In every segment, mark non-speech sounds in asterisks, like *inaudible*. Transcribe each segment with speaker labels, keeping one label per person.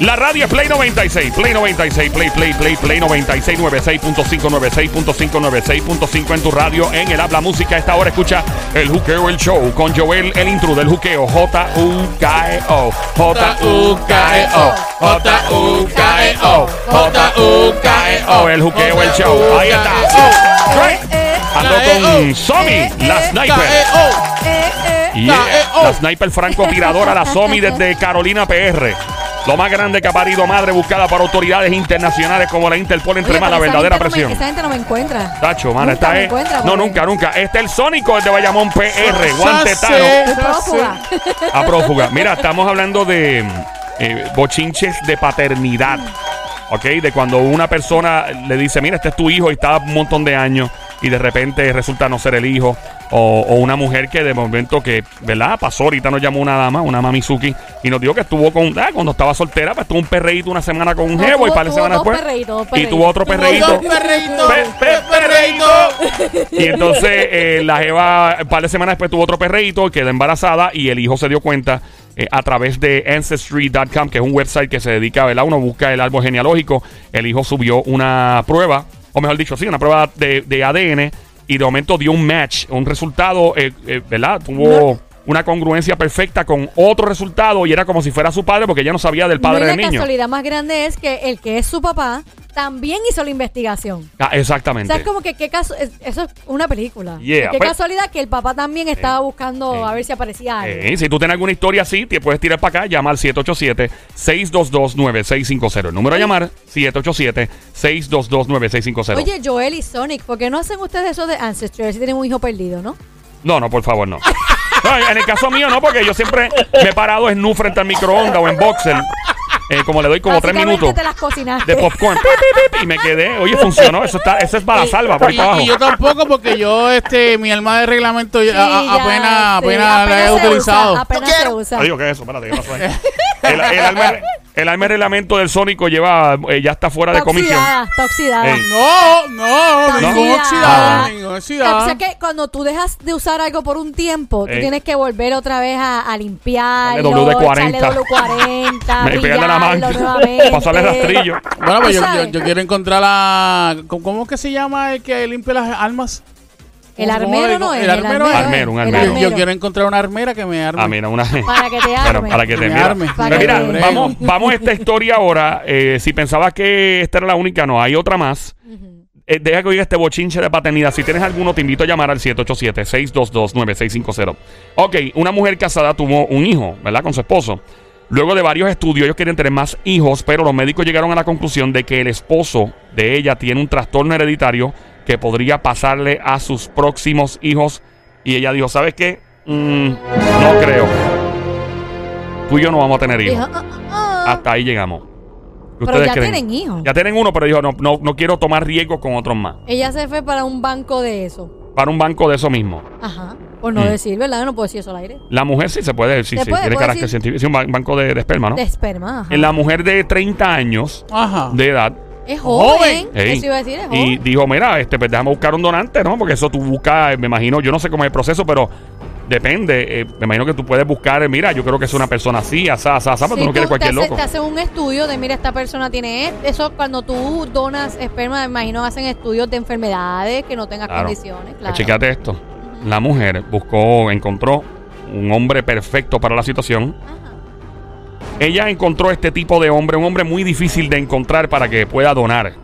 Speaker 1: La radio es Play 96, Play 96, Play, Play, Play, Play 96, 96.5, 96.5, 96.5 en tu radio, en el Habla Música. A esta hora escucha el Juqueo, el show con Joel, el intruder, el Juqueo, J-U-K-E-O,
Speaker 2: E
Speaker 1: J-U-K-E-O, J-U-K-E-O,
Speaker 2: E
Speaker 1: J-U-K-E-O, el Juqueo, el show. Ahí está.
Speaker 3: Eh,
Speaker 1: E Ando con Somi, la
Speaker 2: E
Speaker 1: sniper.
Speaker 3: eh,
Speaker 1: Yeah.
Speaker 3: oh.
Speaker 1: La sniper francotiradora, la Somi desde Carolina PR. Lo más grande que ha parido madre buscada por autoridades internacionales como la Interpol entre
Speaker 3: Oye,
Speaker 1: más la
Speaker 3: pero esa
Speaker 1: verdadera
Speaker 3: gente no me-
Speaker 1: presión.
Speaker 3: esa gente no me encuentra.
Speaker 1: Tacho, mano,
Speaker 3: Nunca
Speaker 1: esta
Speaker 3: me
Speaker 1: es.
Speaker 3: encuentra,
Speaker 1: No,
Speaker 3: porque-
Speaker 1: nunca, nunca. Este es el Sónico el de Bayamón
Speaker 2: E
Speaker 1: PR, guantetano
Speaker 3: Soy prófuga.
Speaker 1: a prófuga. Mira, estamos hablando de eh, bochinches de paternidad. ¿Ok? De cuando una persona le dice, mira, este es tu hijo y está un montón de años y de repente resulta no ser el hijo. O, o una mujer que de momento que, ¿verdad? Pasó, ahorita nos llamó una dama, una mamizuki, y nos dijo que estuvo con, ah, cuando estaba soltera, pues tuvo un perreíto una semana con un
Speaker 3: No,
Speaker 1: jevo y
Speaker 3: tuvo-
Speaker 1: para la
Speaker 3: tuvo
Speaker 1: semana
Speaker 3: dos
Speaker 1: después.
Speaker 3: perreítos, dos
Speaker 1: y
Speaker 3: perreítos.
Speaker 1: tuvo otro
Speaker 3: Tuvo dos
Speaker 1: perreíto.
Speaker 2: perreíto.
Speaker 1: Pe- pe- perreíto. Y entonces eh, la Jeva, un par de semanas después, tuvo otro perreíto, quedó embarazada y el hijo se dio cuenta eh, a través de Ancestry.com, que es un website que se dedica, ¿verdad? Uno busca el árbol genealógico. El hijo subió una prueba, o mejor dicho, sí, una prueba de, de ADN y de momento dio un match, un resultado, eh, eh, ¿verdad? Tuvo. Una congruencia perfecta con otro resultado y era como si fuera su padre porque ella no sabía del padre
Speaker 3: No, y
Speaker 1: del
Speaker 3: la
Speaker 1: niño.
Speaker 3: casualidad más grande es que el que es su papá también hizo la investigación.
Speaker 1: Ah,
Speaker 3: O
Speaker 1: exactamente.
Speaker 3: sea, es como que qué caso, es- eso es una película.
Speaker 1: Yeah,
Speaker 3: qué
Speaker 1: pues-
Speaker 3: casualidad que el papá también estaba buscando
Speaker 1: eh,
Speaker 3: a ver si aparecía algo.
Speaker 1: Eh, si tú tienes alguna historia así, te puedes tirar para acá. Llama al 787-622-9650. El número a llamar, 787-622-9650.
Speaker 3: Oye, Joel y Sonic, ¿por qué no hacen ustedes eso de Ancestry? A ver si tienen un hijo perdido, ¿no?
Speaker 1: No, no, por
Speaker 3: *laughs*
Speaker 1: favor, no. No, en el caso mío no, porque yo siempre me he parado en nu frente al microondas o en boxer. Eh, como le doy como tres
Speaker 3: Básicamente
Speaker 1: minutos
Speaker 3: te las cocinaste. *laughs*
Speaker 1: de popcorn. Y me quedé. Oye, funcionó. Eso, está, eso es para la salva, por ahí
Speaker 2: y,
Speaker 1: para abajo.
Speaker 2: y yo tampoco, porque yo, este, mi alma de reglamento yo-
Speaker 3: Sí,
Speaker 2: a- a-
Speaker 3: ya,
Speaker 2: Ah, apenas,
Speaker 3: sí,
Speaker 2: apenas la he
Speaker 3: se usa,
Speaker 2: utilizado.
Speaker 3: apenas se usa.
Speaker 1: Ay, digo, ¿qué es eso? Espérate, ¿qué pasó ahí? *laughs*
Speaker 3: *laughs*
Speaker 1: El, el alma, el alma y reglamento del Sónico lleva, eh, ya está fuera de
Speaker 3: Está
Speaker 1: comisión.
Speaker 3: oxidada, está oxidada.
Speaker 1: Ey.
Speaker 2: No, no,
Speaker 3: Toxicidad.
Speaker 2: ningún
Speaker 1: Ah.
Speaker 2: oxidado, ningún
Speaker 3: O sea
Speaker 2: oxidado.
Speaker 3: que cuando tú dejas de usar algo por un tiempo,
Speaker 1: Ey.
Speaker 3: tú tienes que volver otra vez a, a limpiarlo,
Speaker 1: Dale WD-40.
Speaker 3: echarle W40,
Speaker 1: *laughs* Me pegarle a la
Speaker 3: brillarlo
Speaker 1: manga.
Speaker 3: nuevamente.
Speaker 1: Pasarle rastrillo.
Speaker 2: Bueno, pues
Speaker 3: ¿Tú
Speaker 2: yo, yo,
Speaker 3: sabes?
Speaker 2: yo quiero encontrar a... ¿Cómo cómo es que se llama el que limpia las almas?
Speaker 3: El
Speaker 2: ¿Cómo- cómo le
Speaker 3: armero
Speaker 2: digo?
Speaker 3: no es.
Speaker 2: El armero es.
Speaker 1: Armero, un
Speaker 3: el
Speaker 1: armero.
Speaker 2: Yo- Yo quiero encontrar una armera que me arme.
Speaker 1: Ah,
Speaker 3: *laughs*
Speaker 1: mira, una.
Speaker 3: Para que te
Speaker 1: Bueno,
Speaker 3: arme.
Speaker 1: para que te
Speaker 2: Me
Speaker 1: mira.
Speaker 2: arme.
Speaker 1: Pero
Speaker 3: Para que
Speaker 1: mira,
Speaker 3: te arme.
Speaker 1: vamos, vamos a esta historia ahora. Eh, si pensabas que esta era la única, no, hay otra más. Eh, deja que oiga este bochinche de paternidad. Si tienes alguno, te invito a llamar al 787-622-9650. Ok, una mujer casada tuvo un hijo, ¿verdad? Con su esposo. Luego de varios estudios, ellos quieren tener más hijos, pero los médicos llegaron a la conclusión de que el esposo de ella tiene un trastorno hereditario que podría pasarle a sus próximos hijos. Y ella dijo, ¿sabes qué? Mm, no creo. Tú y yo no vamos a tener hijos.
Speaker 3: Dijo, "Ah, ah, ah".
Speaker 1: Hasta ahí llegamos. ¿Qué
Speaker 3: Pero
Speaker 1: ustedes
Speaker 3: ya
Speaker 1: creen?
Speaker 3: tienen hijos.
Speaker 1: Ya tienen uno, pero dijo, no, no, no quiero tomar riesgos con otros más.
Speaker 3: Ella se fue para un banco de eso.
Speaker 1: Para un banco de eso mismo.
Speaker 3: Ajá. Por no
Speaker 1: Mm.
Speaker 3: decir, ¿verdad? Yo No puedo decir eso al aire.
Speaker 1: La mujer sí se puede, sí,
Speaker 3: Se
Speaker 1: sí,
Speaker 3: puede,
Speaker 1: tiene
Speaker 3: puede
Speaker 1: carácter
Speaker 3: decir.
Speaker 1: científico. Sí, un ba- banco de, de esperma, ¿no?
Speaker 3: De esperma, ajá.
Speaker 1: En La mujer de 30 años
Speaker 2: Ajá.
Speaker 1: de edad
Speaker 3: Es joven.
Speaker 2: Joven.
Speaker 1: Ey.
Speaker 3: Eso iba a decir, es joven.
Speaker 1: y dijo, mira, este, pues déjame buscar un donante, ¿no? Porque eso tú buscas, eh, me imagino, yo no sé cómo es el proceso, pero depende. eh, me imagino que tú puedes buscar, eh, mira, yo creo que es una persona así, asá, asá, asá, pero
Speaker 3: Si
Speaker 1: tú no
Speaker 3: te
Speaker 1: quieres cualquier
Speaker 3: hace-
Speaker 1: loco. Pues,
Speaker 3: Te hacen un estudio de, mira, esta persona tiene esto. Eso cuando tú donas esperma, me imagino hacen estudios de enfermedades que no tengas
Speaker 1: Claro.
Speaker 3: condiciones.
Speaker 1: Pues
Speaker 3: Claro.
Speaker 1: Chécate esto. La mujer buscó, encontró un hombre perfecto para la situación.
Speaker 3: Ajá.
Speaker 1: Ella encontró este tipo de hombre, un hombre muy difícil de encontrar para que pueda donar.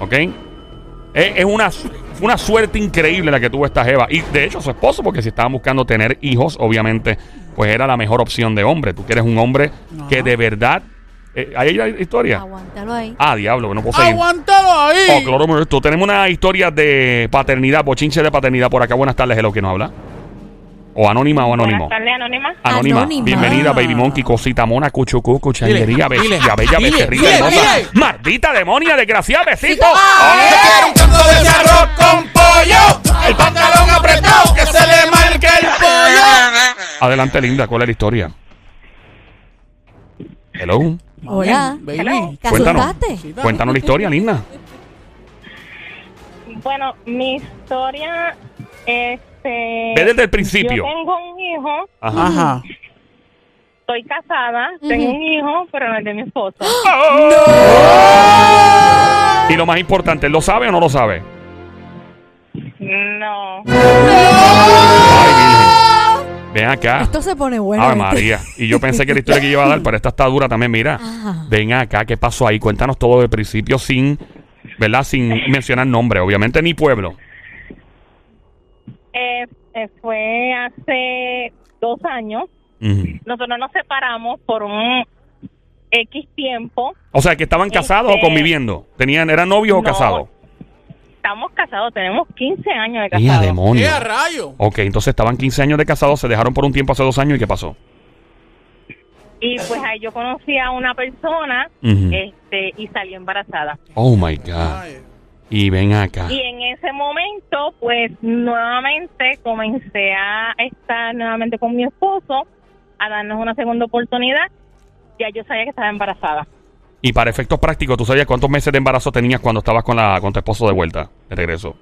Speaker 1: ¿Ok? Es, es una, su- fue una suerte increíble la que tuvo esta Jeva. Y de hecho, su esposo, porque si estaban buscando tener hijos, obviamente, pues era la mejor opción de hombre. Tú quieres un hombre que de verdad. eh, ¿Ahí hay la historia?
Speaker 3: Aguántalo ahí.
Speaker 1: Ah, diablo, que no puedo seguir.
Speaker 2: ¡Aguántalo
Speaker 1: Oh,
Speaker 2: ahí!
Speaker 1: claro, me gustó. Tenemos una historia de paternidad, bochinche de paternidad por acá. Buenas tardes, hello, ¿quién nos habla? O anónima o anónimo.
Speaker 4: Buenas tardes, Anónima.
Speaker 1: Anónima.
Speaker 3: Anónima.
Speaker 1: Bienvenida, Baby Monkey, Cosita Mona, Cuchucú, Cuchanguería,
Speaker 2: Dile,
Speaker 1: Bestia
Speaker 2: dile,
Speaker 1: Bella,
Speaker 2: dile,
Speaker 1: Becerrita
Speaker 2: dile,
Speaker 1: Hermosa.
Speaker 2: dile.
Speaker 1: Maldita demonia, desgraciada, besito.
Speaker 3: ¡Ah!
Speaker 1: ¡Ole!
Speaker 5: Quiero un canto de ese arroz con pollo. El pantalón apretado que se le marque el pollo.
Speaker 1: Oh. Adelante, linda, ¿cuál es la historia? Hello.
Speaker 3: Hola.
Speaker 2: Baby.
Speaker 3: ¿Te
Speaker 1: Cuéntanos.
Speaker 3: asustaste?
Speaker 1: Cuéntanos la historia, linda.
Speaker 4: Bueno, mi historia, este...
Speaker 1: Ve desde el principio.
Speaker 4: Yo tengo un hijo
Speaker 1: Ajá.
Speaker 2: Ajá.
Speaker 4: estoy casada, tengo un hijo, pero no es de mi esposo.
Speaker 1: Y lo más importante, ¿lo sabe o no lo sabe?
Speaker 4: No.
Speaker 1: Ven acá.
Speaker 3: Esto se pone bueno.
Speaker 1: Ah. Ave
Speaker 3: ¿viste?
Speaker 4: este-
Speaker 1: María. Y yo pensé que la historia que yo iba a dar, pero esta está dura también, mira.
Speaker 4: Ah.
Speaker 3: Ajá.
Speaker 1: Ven acá, ¿qué pasó ahí? Cuéntanos todo de principio sin, ¿verdad? Sin mencionar nombre, obviamente, ni pueblo.
Speaker 4: Eh, eh, fue hace dos años.
Speaker 1: Ujú.
Speaker 4: Nosotros nos separamos por un X tiempo.
Speaker 1: O sea, que estaban casados o
Speaker 4: Este-
Speaker 1: conviviendo. Tenían, ¿Eran novios o
Speaker 4: No,
Speaker 1: casados?
Speaker 4: Estamos casados, tenemos 15 años de
Speaker 1: ¡Mira,
Speaker 4: casados.
Speaker 1: demonio!
Speaker 2: ¡Qué Eh, rayo!
Speaker 1: Ok, entonces estaban 15 años de casados, se dejaron por un tiempo hace dos años y ¿qué pasó?
Speaker 4: Y pues ahí yo conocí a una persona
Speaker 1: Ujú.
Speaker 4: este, y salí embarazada.
Speaker 1: Oh my God.
Speaker 2: Ay.
Speaker 1: Y ven acá.
Speaker 4: Y en ese momento, pues nuevamente comencé a estar nuevamente con mi esposo, a darnos una segunda oportunidad. Ya yo sabía que estaba embarazada.
Speaker 1: Y para efectos prácticos, ¿tú sabías cuántos meses de embarazo tenías cuando estabas con, la, con tu esposo de vuelta, de regreso?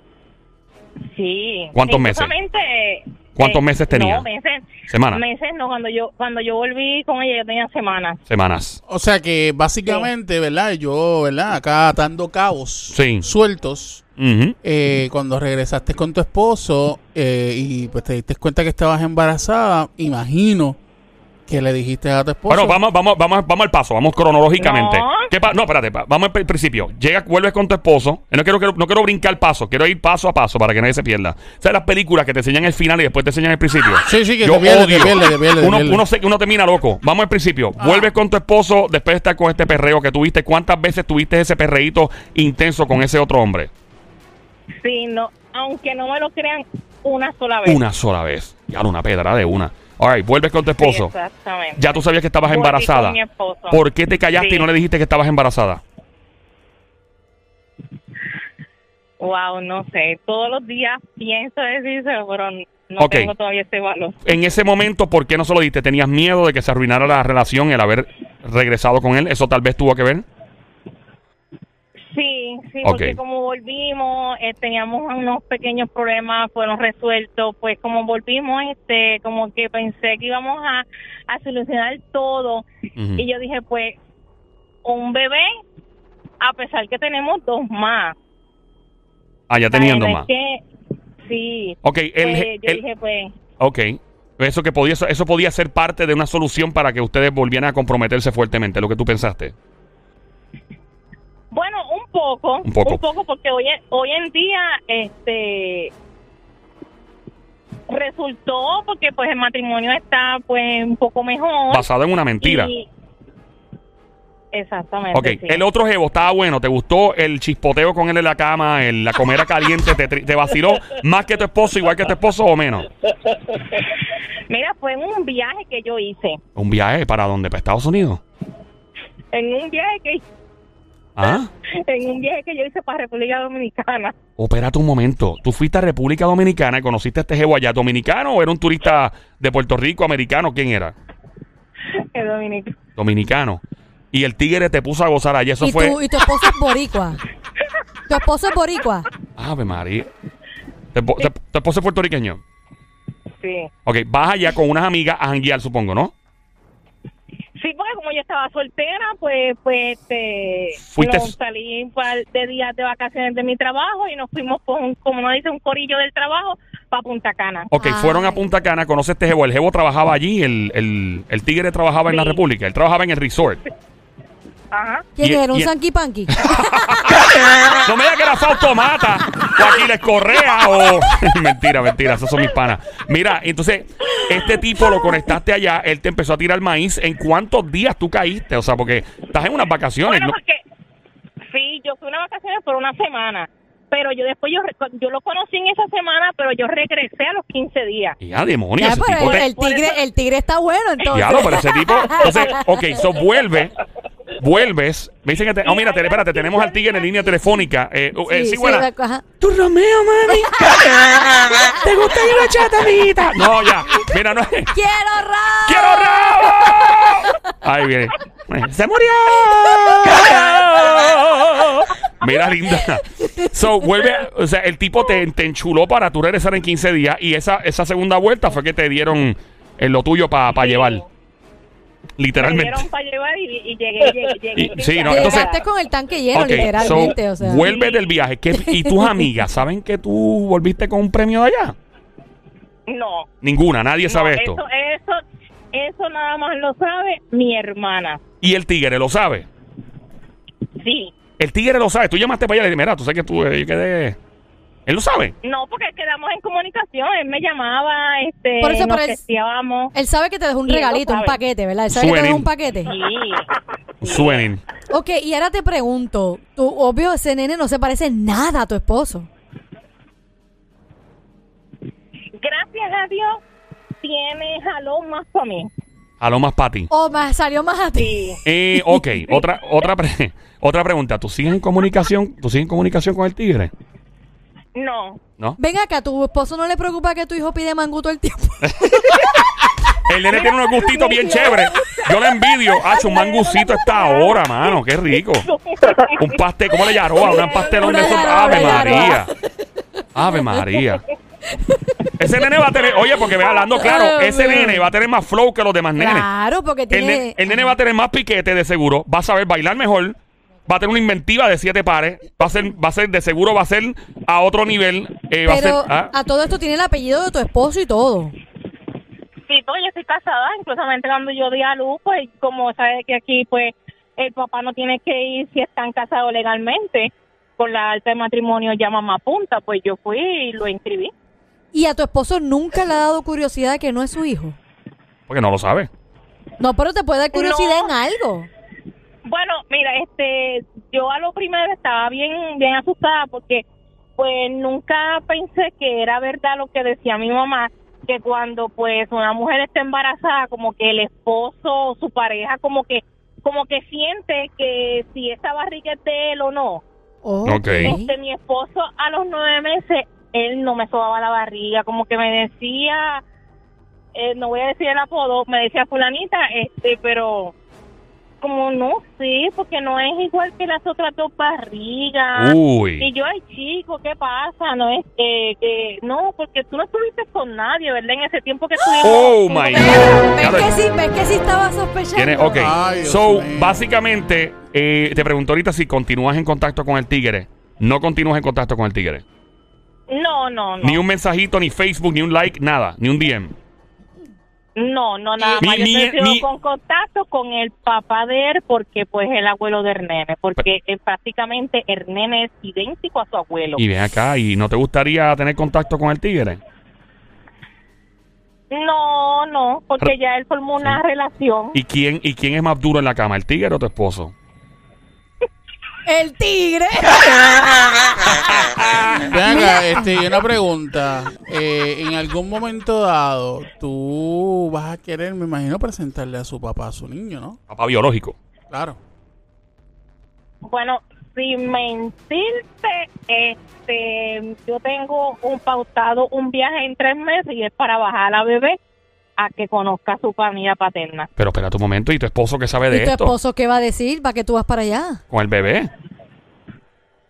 Speaker 4: Sí.
Speaker 1: ¿Cuántos meses?
Speaker 4: Curiosamente,
Speaker 1: ¿Cuántos meses tenía?
Speaker 4: No, meses.
Speaker 1: Semanas.
Speaker 4: Meses no, cuando yo, cuando yo volví con ella, yo tenía semanas.
Speaker 1: Semanas.
Speaker 2: O sea que básicamente, ¿verdad? Yo, ¿verdad? Acá atando cabos
Speaker 1: Sí.
Speaker 2: sueltos.
Speaker 1: Ujú.
Speaker 2: eh, cuando regresaste con tu esposo eh, y pues te diste cuenta que estabas embarazada, imagino que le dijiste a tu esposo.
Speaker 1: Bueno, vamos, vamos, vamos, vamos al paso, vamos cronológicamente.
Speaker 4: No.
Speaker 1: ¿Qué pa- no, espérate, pa- vamos al pri- principio. Llegas, vuelves con tu esposo. Eh, No quiero, quiero- no quiero brincar paso, quiero ir paso a paso para que nadie se pierda. O sea, las películas que te enseñan el final y después te enseñan el principio.
Speaker 2: Sí, sí, que
Speaker 1: Yo
Speaker 2: te pierdes,
Speaker 1: odio.
Speaker 2: te pierdes, te pierdes, te
Speaker 1: uno,
Speaker 2: pierdes. Ah.
Speaker 1: uno se- uno termina loco. Vamos al principio. Vuelves con tu esposo después de estar con este perreo que tuviste. ¿Cuántas veces tuviste ese perreíto intenso con ese otro hombre?
Speaker 4: Sí, no, aunque no me lo crean, una sola vez.
Speaker 1: Una sola vez. Ya una pedra de una. All right, vuelves con tu
Speaker 4: Sí,
Speaker 1: esposo.
Speaker 4: exactamente.
Speaker 1: Ya tú sabías que estabas
Speaker 4: Volví
Speaker 1: embarazada.
Speaker 4: con mi esposo.
Speaker 1: ¿Por qué te callaste
Speaker 4: Sí.
Speaker 1: y no le dijiste que estabas embarazada?
Speaker 4: Wow, no sé. Todos los días pienso decírselo, pero no
Speaker 1: Ok.
Speaker 4: tengo todavía ese valor.
Speaker 1: En ese momento, ¿por qué no se lo diste? ¿Tenías miedo de que se arruinara la relación el haber regresado con él? ¿Eso tal vez tuvo que ver?
Speaker 4: Sí, sí,
Speaker 1: Ok.
Speaker 4: porque como volvimos, eh, teníamos unos pequeños problemas, fueron resueltos, pues como volvimos, este, como que pensé que íbamos a, a solucionar todo
Speaker 1: Ujú.
Speaker 4: y yo dije, pues, un bebé, a pesar que tenemos dos más.
Speaker 1: Ah, ya teniendo
Speaker 4: Ay, no
Speaker 1: más.
Speaker 4: es que- sí.
Speaker 1: Ok, el-
Speaker 4: Pues, yo
Speaker 1: el-
Speaker 4: dije, pues,
Speaker 1: Ok. Eso, que podía, eso, eso podía ser parte de una solución para que ustedes volvieran a comprometerse fuertemente, lo que tú pensaste.
Speaker 4: bueno, un poco,
Speaker 1: Un poco.
Speaker 4: porque hoy, en- hoy en día, este, resultó porque pues el matrimonio está pues un poco mejor.
Speaker 1: Basado en una mentira.
Speaker 4: Y- Exactamente.
Speaker 1: Ok,
Speaker 4: sí.
Speaker 1: el otro jevo estaba bueno, te gustó el chispoteo con él en la cama, el- la comera caliente, te, tri- te vaciló más que tu esposo, igual que tu esposo o menos.
Speaker 4: Mira, fue en un viaje que yo hice.
Speaker 1: ¿Un viaje para dónde? ¿Para Estados Unidos?
Speaker 4: En un viaje que *laughs*
Speaker 1: ¿Ah?
Speaker 4: en un viaje que yo hice para República Dominicana. *laughs*
Speaker 1: Opérate un momento. Tú fuiste a República Dominicana y conociste a este jevo allá. ¿Dominicano o era un turista de Puerto Rico, americano? ¿Quién era?
Speaker 4: En Dominicana.
Speaker 1: Dominicano. Y el tigre te puso a gozar allá. Eso
Speaker 3: y,
Speaker 1: fue.
Speaker 3: tú- y tu esposo es boricua. Tu esposo es boricua.
Speaker 1: Ave María. ¿Te, po- te- tu esposo es puertorriqueño?
Speaker 4: Sí.
Speaker 1: Ok, vas allá con unas amigas a janguear, supongo, ¿no?
Speaker 4: Sí, porque como yo estaba soltera, pues, pues, este,
Speaker 1: Fuiste-
Speaker 4: nos salí un par de días de vacaciones de mi trabajo y nos fuimos con, como nos dice, un corillo del trabajo para Punta Cana.
Speaker 1: Ok,
Speaker 3: Ay.
Speaker 1: fueron a Punta Cana, conoce este jevo. El jevo trabajaba
Speaker 3: Ah.
Speaker 1: allí, el, el- el tigre trabajaba en la
Speaker 4: Sí.
Speaker 1: República, él trabajaba en el resort.
Speaker 4: Ajá.
Speaker 3: ¿Quién
Speaker 1: Y- e-
Speaker 3: era? ¿Un
Speaker 1: y-
Speaker 3: sanky
Speaker 1: *laughs*
Speaker 3: panky?
Speaker 1: No me digas que era Fautomata o Aquiles Correa o... *laughs* mentira, mentira, esos son mis panas. Mira, entonces, este tipo lo conectaste allá, él te empezó a tirar maíz. ¿En cuántos días tú caíste? O sea, porque estás en unas vacaciones.
Speaker 4: Bueno,
Speaker 1: ¿no?
Speaker 4: porque sí, yo fui a unas vacaciones por una semana, pero yo después yo re- yo lo conocí en esa semana, pero yo regresé a los 15 días.
Speaker 1: Ya, demonios.
Speaker 3: Ya,
Speaker 1: ese
Speaker 3: pero
Speaker 1: tipo
Speaker 3: el,
Speaker 1: te-
Speaker 3: el tigre, el tigre está bueno, entonces.
Speaker 1: Diablo, pero ese
Speaker 3: *laughs*
Speaker 1: tipo. Entonces, ok, eh, so vuelve. Vuelves. Me dicen que. Te, oh, mira, te- espérate, tenemos al tigre en la línea telefónica. Eh, uh, eh, sí, buena.
Speaker 3: ajá.
Speaker 1: Tu Romeo, mami. ¿Te gusta ir a chata, amiguita? No, ya. Mira, no. ¡Quiero
Speaker 3: ¡Quiero rap!
Speaker 1: Romeo! Ahí viene. ¡Se murió! Mira, linda. So, vuelve. a- O sea, el tipo te, te enchuló para tú regresar en 15 días. Y esa, esa segunda vuelta fue que te dieron eh, lo tuyo para
Speaker 4: Sí.
Speaker 1: llevar.
Speaker 4: Me
Speaker 1: literalmente.
Speaker 4: dieron para llevar y, y llegué, llegué,
Speaker 1: Y-
Speaker 4: llegué.
Speaker 1: sí, no,
Speaker 4: Llegaste
Speaker 1: entonces-
Speaker 3: con el tanque lleno,
Speaker 1: Ok,
Speaker 3: literalmente.
Speaker 1: so,
Speaker 3: o sea.
Speaker 1: vuelve del viaje. ¿Qué- ¿Y tus amigas saben que tú volviste con un premio de allá?
Speaker 4: No.
Speaker 1: Ninguna, nadie sabe
Speaker 4: no,
Speaker 1: esto.
Speaker 4: Eso, eso, eso nada más lo sabe mi hermana.
Speaker 1: Y el tigre lo sabe.
Speaker 4: Sí.
Speaker 1: El tigre lo sabe. Tú llamaste para allá y le dijiste, mira, tú sabes que tú eh, yo quedé... Él lo sabe.
Speaker 4: No, porque quedamos en comunicación. Él me llamaba, este,
Speaker 3: Por eso,
Speaker 4: nos
Speaker 3: por el- *laughs*
Speaker 4: texteábamos.
Speaker 3: Él sabe que te dejó un
Speaker 4: Y él lo
Speaker 3: regalito, un
Speaker 4: sabe.
Speaker 3: paquete, ¿verdad? Él sabe que te dejó
Speaker 1: Suenen.
Speaker 3: un paquete.
Speaker 4: Sí.
Speaker 1: Suenen.
Speaker 3: Ok, y ahora te pregunto, tú, obvio, ese nene no se parece nada a tu esposo.
Speaker 4: Gracias a Dios tiene jalón más para mí.
Speaker 1: A lo más para ti.
Speaker 3: O más, salió más a ti.
Speaker 4: Sí.
Speaker 1: Eh, ok, otra, otra, pre- *laughs* otra pregunta. ¿Tú sigues en comunicación? ¿Tú sigues en comunicación con el tigre?
Speaker 4: No.
Speaker 1: ¿No?
Speaker 3: Ven acá, ¿tu esposo no le preocupa que tu hijo pide mangú todo el
Speaker 1: *laughs*
Speaker 3: tiempo?
Speaker 1: El nene tiene unos gustitos bien chéveres. Yo le envidio. Ah, un mangucito está ahora, mano. Qué rico. Un pastel, ¿cómo le llaroa? Un pastelón de
Speaker 3: Una
Speaker 1: esos.
Speaker 3: yaroa,
Speaker 1: Ave
Speaker 3: una
Speaker 1: María. Ave María. Ese nene va a tener, oye, porque ve hablando claro,
Speaker 3: Dios
Speaker 1: ese
Speaker 3: mío.
Speaker 1: nene va a tener más flow que los demás nenes.
Speaker 3: Claro, porque
Speaker 1: El,
Speaker 3: tiene...
Speaker 1: ne- el nene va a tener más piquete de seguro, va a saber bailar mejor, va a tener una inventiva de siete pares, va a ser, va a ser de seguro va a ser a otro nivel, eh, va a ser,
Speaker 3: Pero
Speaker 1: ah,
Speaker 3: a todo esto tiene el apellido de tu esposo y todo.
Speaker 4: *laughs* Sí, pues yo estoy casada, incluso cuando yo di a luz, pues como sabe que aquí pues el papá no tiene que ir si están casados legalmente, con la alta de matrimonio ya mamá punta, pues yo fui y lo inscribí.
Speaker 3: Y a tu esposo nunca le ha dado curiosidad que no es su hijo.
Speaker 1: porque no lo sabe.
Speaker 3: No, pero te puede dar curiosidad
Speaker 4: No.
Speaker 3: en algo.
Speaker 4: Bueno, mira, este, yo a lo primero estaba bien, bien asustada porque pues nunca pensé que era verdad lo que decía mi mamá, que cuando pues una mujer está embarazada, como que el esposo o su pareja como que, como que siente que si esa barriga es de él o no.
Speaker 1: Ok.
Speaker 4: Este, mi esposo a los nueve meses, él no me sobaba la barriga, como que me decía, eh, no voy a decir el apodo, me decía fulanita, este, pero como no, sí, porque no es igual que las otras dos barrigas. Ah, Y
Speaker 1: Uy.
Speaker 4: yo, ay chico, ¿qué pasa? No es que, que- no, porque tú no estuviste con nadie, ¿verdad? En ese tiempo que estuvimos.
Speaker 1: Oh my God.
Speaker 3: ¿Ves que, sí, ves que sí estaba sospechando?
Speaker 1: Tiene- ok.
Speaker 2: Ay, Dios
Speaker 1: so,
Speaker 2: mío.
Speaker 1: básicamente, eh, te pregunto ahorita si continúas en contacto con el tigre. No continúas en contacto con el tigre.
Speaker 4: No, no,
Speaker 1: Ni
Speaker 4: no.
Speaker 1: un mensajito, ni Facebook, ni un like, nada, ni un DM.
Speaker 4: No, no, nada
Speaker 1: Ni-
Speaker 4: más. Yo
Speaker 1: ni-
Speaker 4: estoy
Speaker 1: ni-
Speaker 4: con contacto con el papá de él porque pues el abuelo de Ernene, porque eh, prácticamente Ernene es idéntico a su abuelo.
Speaker 1: Y ven acá, ¿y no te gustaría tener contacto con el tigre?
Speaker 4: No, no, porque
Speaker 1: Re-
Speaker 4: ya él formó una relación.
Speaker 1: ¿Y quién, ¿Y quién es más duro en la cama, el tigre o tu esposo?
Speaker 3: El tigre.
Speaker 2: Venga, este, y una pregunta. Eh, en algún momento dado, tú vas a querer, me imagino, presentarle a su papá, a su niño, ¿no?
Speaker 1: Papá biológico.
Speaker 2: Claro.
Speaker 4: Bueno, sin mentirte, este, yo tengo un pautado un viaje en tres meses y es para bajar a la bebé a que conozca su familia paterna.
Speaker 1: Pero espera un momento, ¿y tu esposo qué sabe de
Speaker 3: ¿Y tu
Speaker 1: esto?
Speaker 3: esposo qué va a decir? ¿Para que tú vas para allá?
Speaker 1: Con el bebé.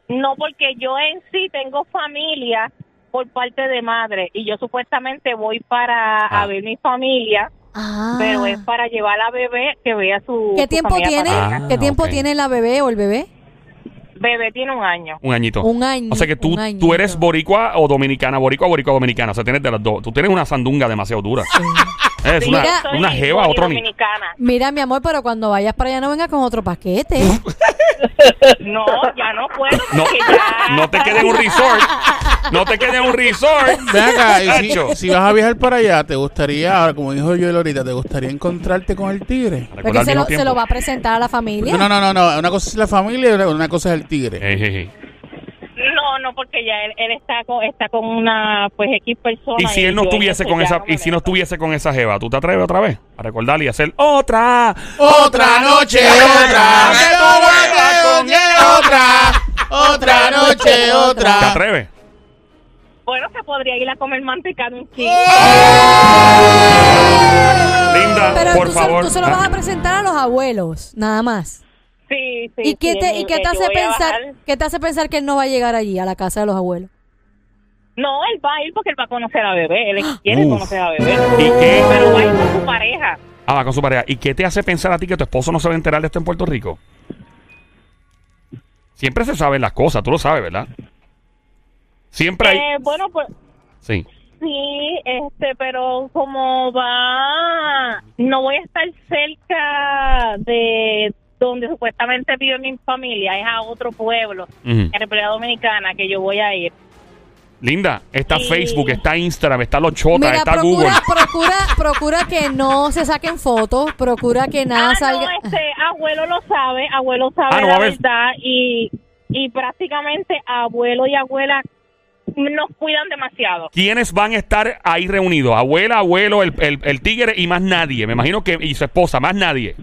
Speaker 4: No, porque yo en sí tengo familia por parte de madre y yo supuestamente voy para
Speaker 1: Ah.
Speaker 4: a ver mi familia,
Speaker 3: Ah.
Speaker 4: pero es para llevar a la bebé que vea su
Speaker 3: ¿Qué
Speaker 4: su
Speaker 3: tiempo
Speaker 4: familia
Speaker 3: tiene?
Speaker 4: paterna.
Speaker 1: Ah,
Speaker 3: ¿Qué tiempo
Speaker 1: ok.
Speaker 3: tiene la bebé o el bebé?
Speaker 4: Bebé tiene un año.
Speaker 1: Un añito.
Speaker 3: Un año,
Speaker 1: O sea que tú,
Speaker 3: un
Speaker 1: tú eres
Speaker 3: añito.
Speaker 1: boricua o dominicana, boricua, boricua, dominicana. O sea, tienes de las dos. Tú tienes una sandunga demasiado dura. *laughs* Es
Speaker 4: Sí,
Speaker 1: una,
Speaker 4: yo soy
Speaker 1: una jeva,
Speaker 4: soy
Speaker 1: otro ni.
Speaker 4: dominicana.
Speaker 3: Mira, mi amor, pero cuando vayas para allá no vengas con otro paquete.
Speaker 4: No, ya no puedo.
Speaker 1: *laughs* No,
Speaker 4: porque ya-
Speaker 1: no te quedes en un resort. No te quedes en un resort.
Speaker 2: Ven acá, y
Speaker 1: Nacho.
Speaker 2: si, si vas a viajar para allá, ¿te gustaría, ahora, como dijo yo ahorita, ¿te gustaría encontrarte con el tigre?
Speaker 3: *laughs* Porque
Speaker 1: Recuerda al
Speaker 3: se
Speaker 1: mismo
Speaker 3: lo, se
Speaker 1: tiempo.
Speaker 3: lo va a presentar a la
Speaker 2: No,
Speaker 3: familia.
Speaker 2: no, no, no, no. Una cosa es la familia y una cosa es el tigre.
Speaker 1: Ey, ey, ey.
Speaker 4: No, no, porque ya él, él está con está con una pues X persona.
Speaker 1: Y si él no
Speaker 4: yo en
Speaker 1: estuviese
Speaker 4: eso
Speaker 1: con
Speaker 4: ya
Speaker 1: esa,
Speaker 4: no me
Speaker 1: y si no
Speaker 4: meto.
Speaker 1: estuviese con esa jeva, ¿tú te atreves otra vez a recordarle y hacer otra?
Speaker 2: Otra noche, otra. Que no vuelva con él, otra. Otra noche,
Speaker 3: Ah.
Speaker 1: ¿Te
Speaker 2: otra.
Speaker 1: atreves?
Speaker 4: Bueno, se podría ir a comer mantecado un chico.
Speaker 1: Linda,
Speaker 3: Pero
Speaker 1: por
Speaker 3: tú,
Speaker 1: favor.
Speaker 3: Se, tú se lo
Speaker 1: Ah.
Speaker 3: vas a presentar a los abuelos, nada más.
Speaker 4: Sí, sí.
Speaker 3: ¿Y qué
Speaker 4: sí,
Speaker 3: te, y qué
Speaker 4: yo
Speaker 3: te hace
Speaker 4: voy a
Speaker 3: pensar
Speaker 4: bajar.
Speaker 3: qué te hace pensar que él no va a llegar allí a la casa de los abuelos?
Speaker 4: No,
Speaker 1: *gasps*
Speaker 4: él va a ir porque él va a conocer a bebé. Él quiere
Speaker 1: Uf.
Speaker 4: conocer a bebé.
Speaker 1: ¿Y qué?
Speaker 4: Pero va a ir con su pareja.
Speaker 1: Ah, va con su pareja. ¿Y qué te hace pensar a ti que tu esposo no se va a enterar de esto en Puerto Rico? Siempre se saben las cosas, tú lo sabes, ¿verdad? Siempre hay...
Speaker 4: Eh, bueno, pues
Speaker 1: Sí.
Speaker 4: sí, este, pero como va, no voy a estar cerca de donde supuestamente vive mi familia, es a otro pueblo,
Speaker 1: Ujú.
Speaker 4: en República Dominicana, que yo voy a ir.
Speaker 1: Linda, está
Speaker 4: Sí.
Speaker 1: Facebook, está Instagram, está Los Chotas,
Speaker 3: Mira,
Speaker 1: está Google.
Speaker 3: procura, procura, procura que no se saquen fotos, procura que nada
Speaker 4: Ah,
Speaker 3: salga.
Speaker 4: no, este, abuelo lo sabe, abuelo sabe
Speaker 1: Ah, no,
Speaker 4: la
Speaker 1: a ver.
Speaker 4: verdad y, y prácticamente abuelo y abuela nos cuidan demasiado.
Speaker 1: ¿Quiénes van a estar ahí reunidos? Abuela, abuelo, el, el- el tigre y más nadie. Me imagino que... Y su esposa, más nadie.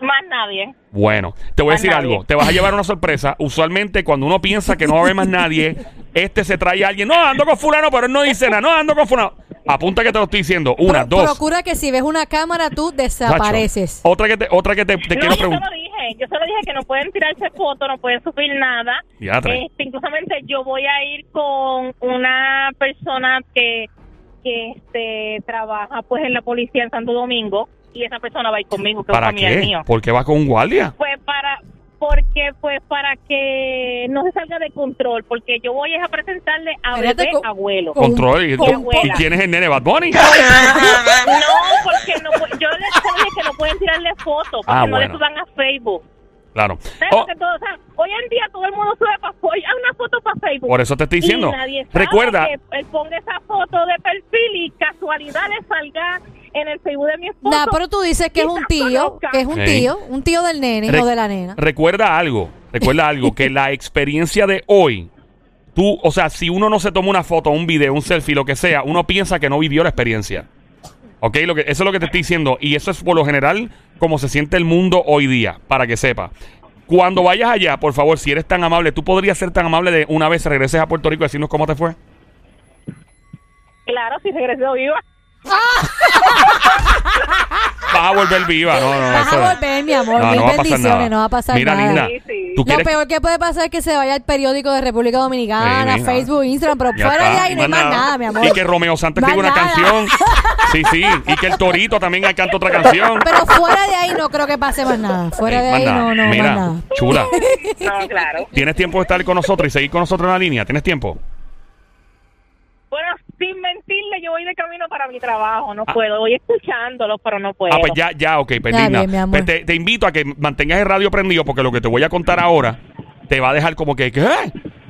Speaker 4: Más nadie.
Speaker 1: Bueno, te voy a
Speaker 4: Más
Speaker 1: decir
Speaker 4: nadie.
Speaker 1: algo. Te vas a llevar una sorpresa. *laughs* Usualmente cuando uno piensa que no va a haber más nadie, este se trae a alguien. No, ando con fulano, pero él no dice nada. No, ando con fulano. Apunta que te lo estoy diciendo. Una,
Speaker 3: Pro-
Speaker 1: dos. Oh.
Speaker 3: Procura que si ves una cámara tú
Speaker 1: Sacho.
Speaker 3: desapareces.
Speaker 1: Otra que te, otra que te, te
Speaker 4: No,
Speaker 1: quiero
Speaker 4: yo se
Speaker 1: preguntar.
Speaker 4: lo dije, yo se lo dije que no pueden tirarse fotos, no pueden subir nada.
Speaker 1: Diatre.
Speaker 4: Este, inclusamente yo voy a ir con una persona que, que este, trabaja pues en la policía en Santo Domingo y esa persona va a ir conmigo, que es un
Speaker 1: ¿Para
Speaker 4: familiar
Speaker 1: qué?
Speaker 4: mío.
Speaker 1: ¿Por qué vas con un guardia?
Speaker 4: Pues para, porque pues para que no se salga de control, porque yo voy es a presentarle a
Speaker 3: Espérate,
Speaker 4: bebé
Speaker 3: co-
Speaker 4: abuelo.
Speaker 3: Con-
Speaker 1: Control. ¿Y,
Speaker 3: con
Speaker 1: y-
Speaker 4: abuela.
Speaker 1: ¿y quién es el nene Bad Bunny?
Speaker 4: No, porque no, pu- yo les dije que no pueden tirarle fotos, porque
Speaker 1: Ah,
Speaker 4: no
Speaker 1: bueno.
Speaker 4: le suban a Facebook.
Speaker 1: Claro.
Speaker 4: ¿Sabes?
Speaker 1: Oh,
Speaker 4: Porque todo- o sea, hoy en día todo el mundo sube pa- hoy hay una foto para Facebook.
Speaker 1: por eso te estoy
Speaker 4: Y
Speaker 1: diciendo.
Speaker 4: nadie sabe
Speaker 1: Recuerda,
Speaker 4: que él ponga esa foto de perfil y casualidad le salga en el Facebook de mi esposo.
Speaker 3: Nah, pero tú dices que es un tío, que es un
Speaker 1: Sí.
Speaker 3: tío, un tío del nene
Speaker 1: Re-
Speaker 3: o de la nena.
Speaker 1: Recuerda algo,
Speaker 3: *laughs*
Speaker 1: recuerda algo, que la experiencia de hoy, tú, o sea, si uno no se toma una foto, un video, un selfie, lo que sea, uno piensa que no vivió la experiencia. ¿Ok? Lo que, eso es lo que te estoy diciendo. Y eso es por lo general como se siente el mundo hoy día, para que sepa. Cuando vayas allá, por favor, si eres tan amable, tú podrías ser tan amable de una vez regreses a Puerto Rico y decirnos cómo te fue.
Speaker 4: Claro, si
Speaker 3: *laughs*
Speaker 4: regreso viva.
Speaker 1: Vas a volver viva, no, no, no.
Speaker 3: Vas
Speaker 1: eso no.
Speaker 3: a volver, mi amor.
Speaker 1: No,
Speaker 3: Mil
Speaker 1: no va a pasar nada.
Speaker 3: bendiciones, no va a pasar
Speaker 1: Mira,
Speaker 3: nada.
Speaker 1: linda,
Speaker 4: Sí, sí.
Speaker 1: tú
Speaker 3: Lo
Speaker 1: quieres...
Speaker 3: peor que puede pasar es que se vaya el periódico de República Dominicana,
Speaker 1: Sí, nada.
Speaker 3: Facebook, Instagram, pero
Speaker 1: Ya
Speaker 3: fuera de
Speaker 1: está,
Speaker 3: ahí no hay más nada, mi amor.
Speaker 1: Y que Romeo Santos
Speaker 3: Más
Speaker 1: escribe una
Speaker 3: nada. *laughs*
Speaker 1: canción. Sí, sí. Y que el Torito también canta otra canción.
Speaker 3: Pero fuera de ahí no creo que pase más nada. Fuera
Speaker 1: Ey,
Speaker 3: de
Speaker 1: más
Speaker 3: ahí
Speaker 1: nada.
Speaker 3: no, no,
Speaker 1: Mira,
Speaker 3: más nada. *laughs*
Speaker 1: chula.
Speaker 4: No, claro.
Speaker 1: ¿Tienes tiempo de estar con nosotros y seguir con nosotros en la línea? ¿Tienes tiempo?
Speaker 4: Bueno, sin mentirle, yo voy de camino para mi trabajo, no puedo. Voy escuchándolos, pero no puedo.
Speaker 1: Ah, pues ya, ya, ok, pues,
Speaker 3: Está
Speaker 1: linda.
Speaker 3: bien, mi amor.
Speaker 1: Pues te, te invito a que mantengas el radio prendido porque lo que te voy a contar ahora te va a dejar como que, ¿qué?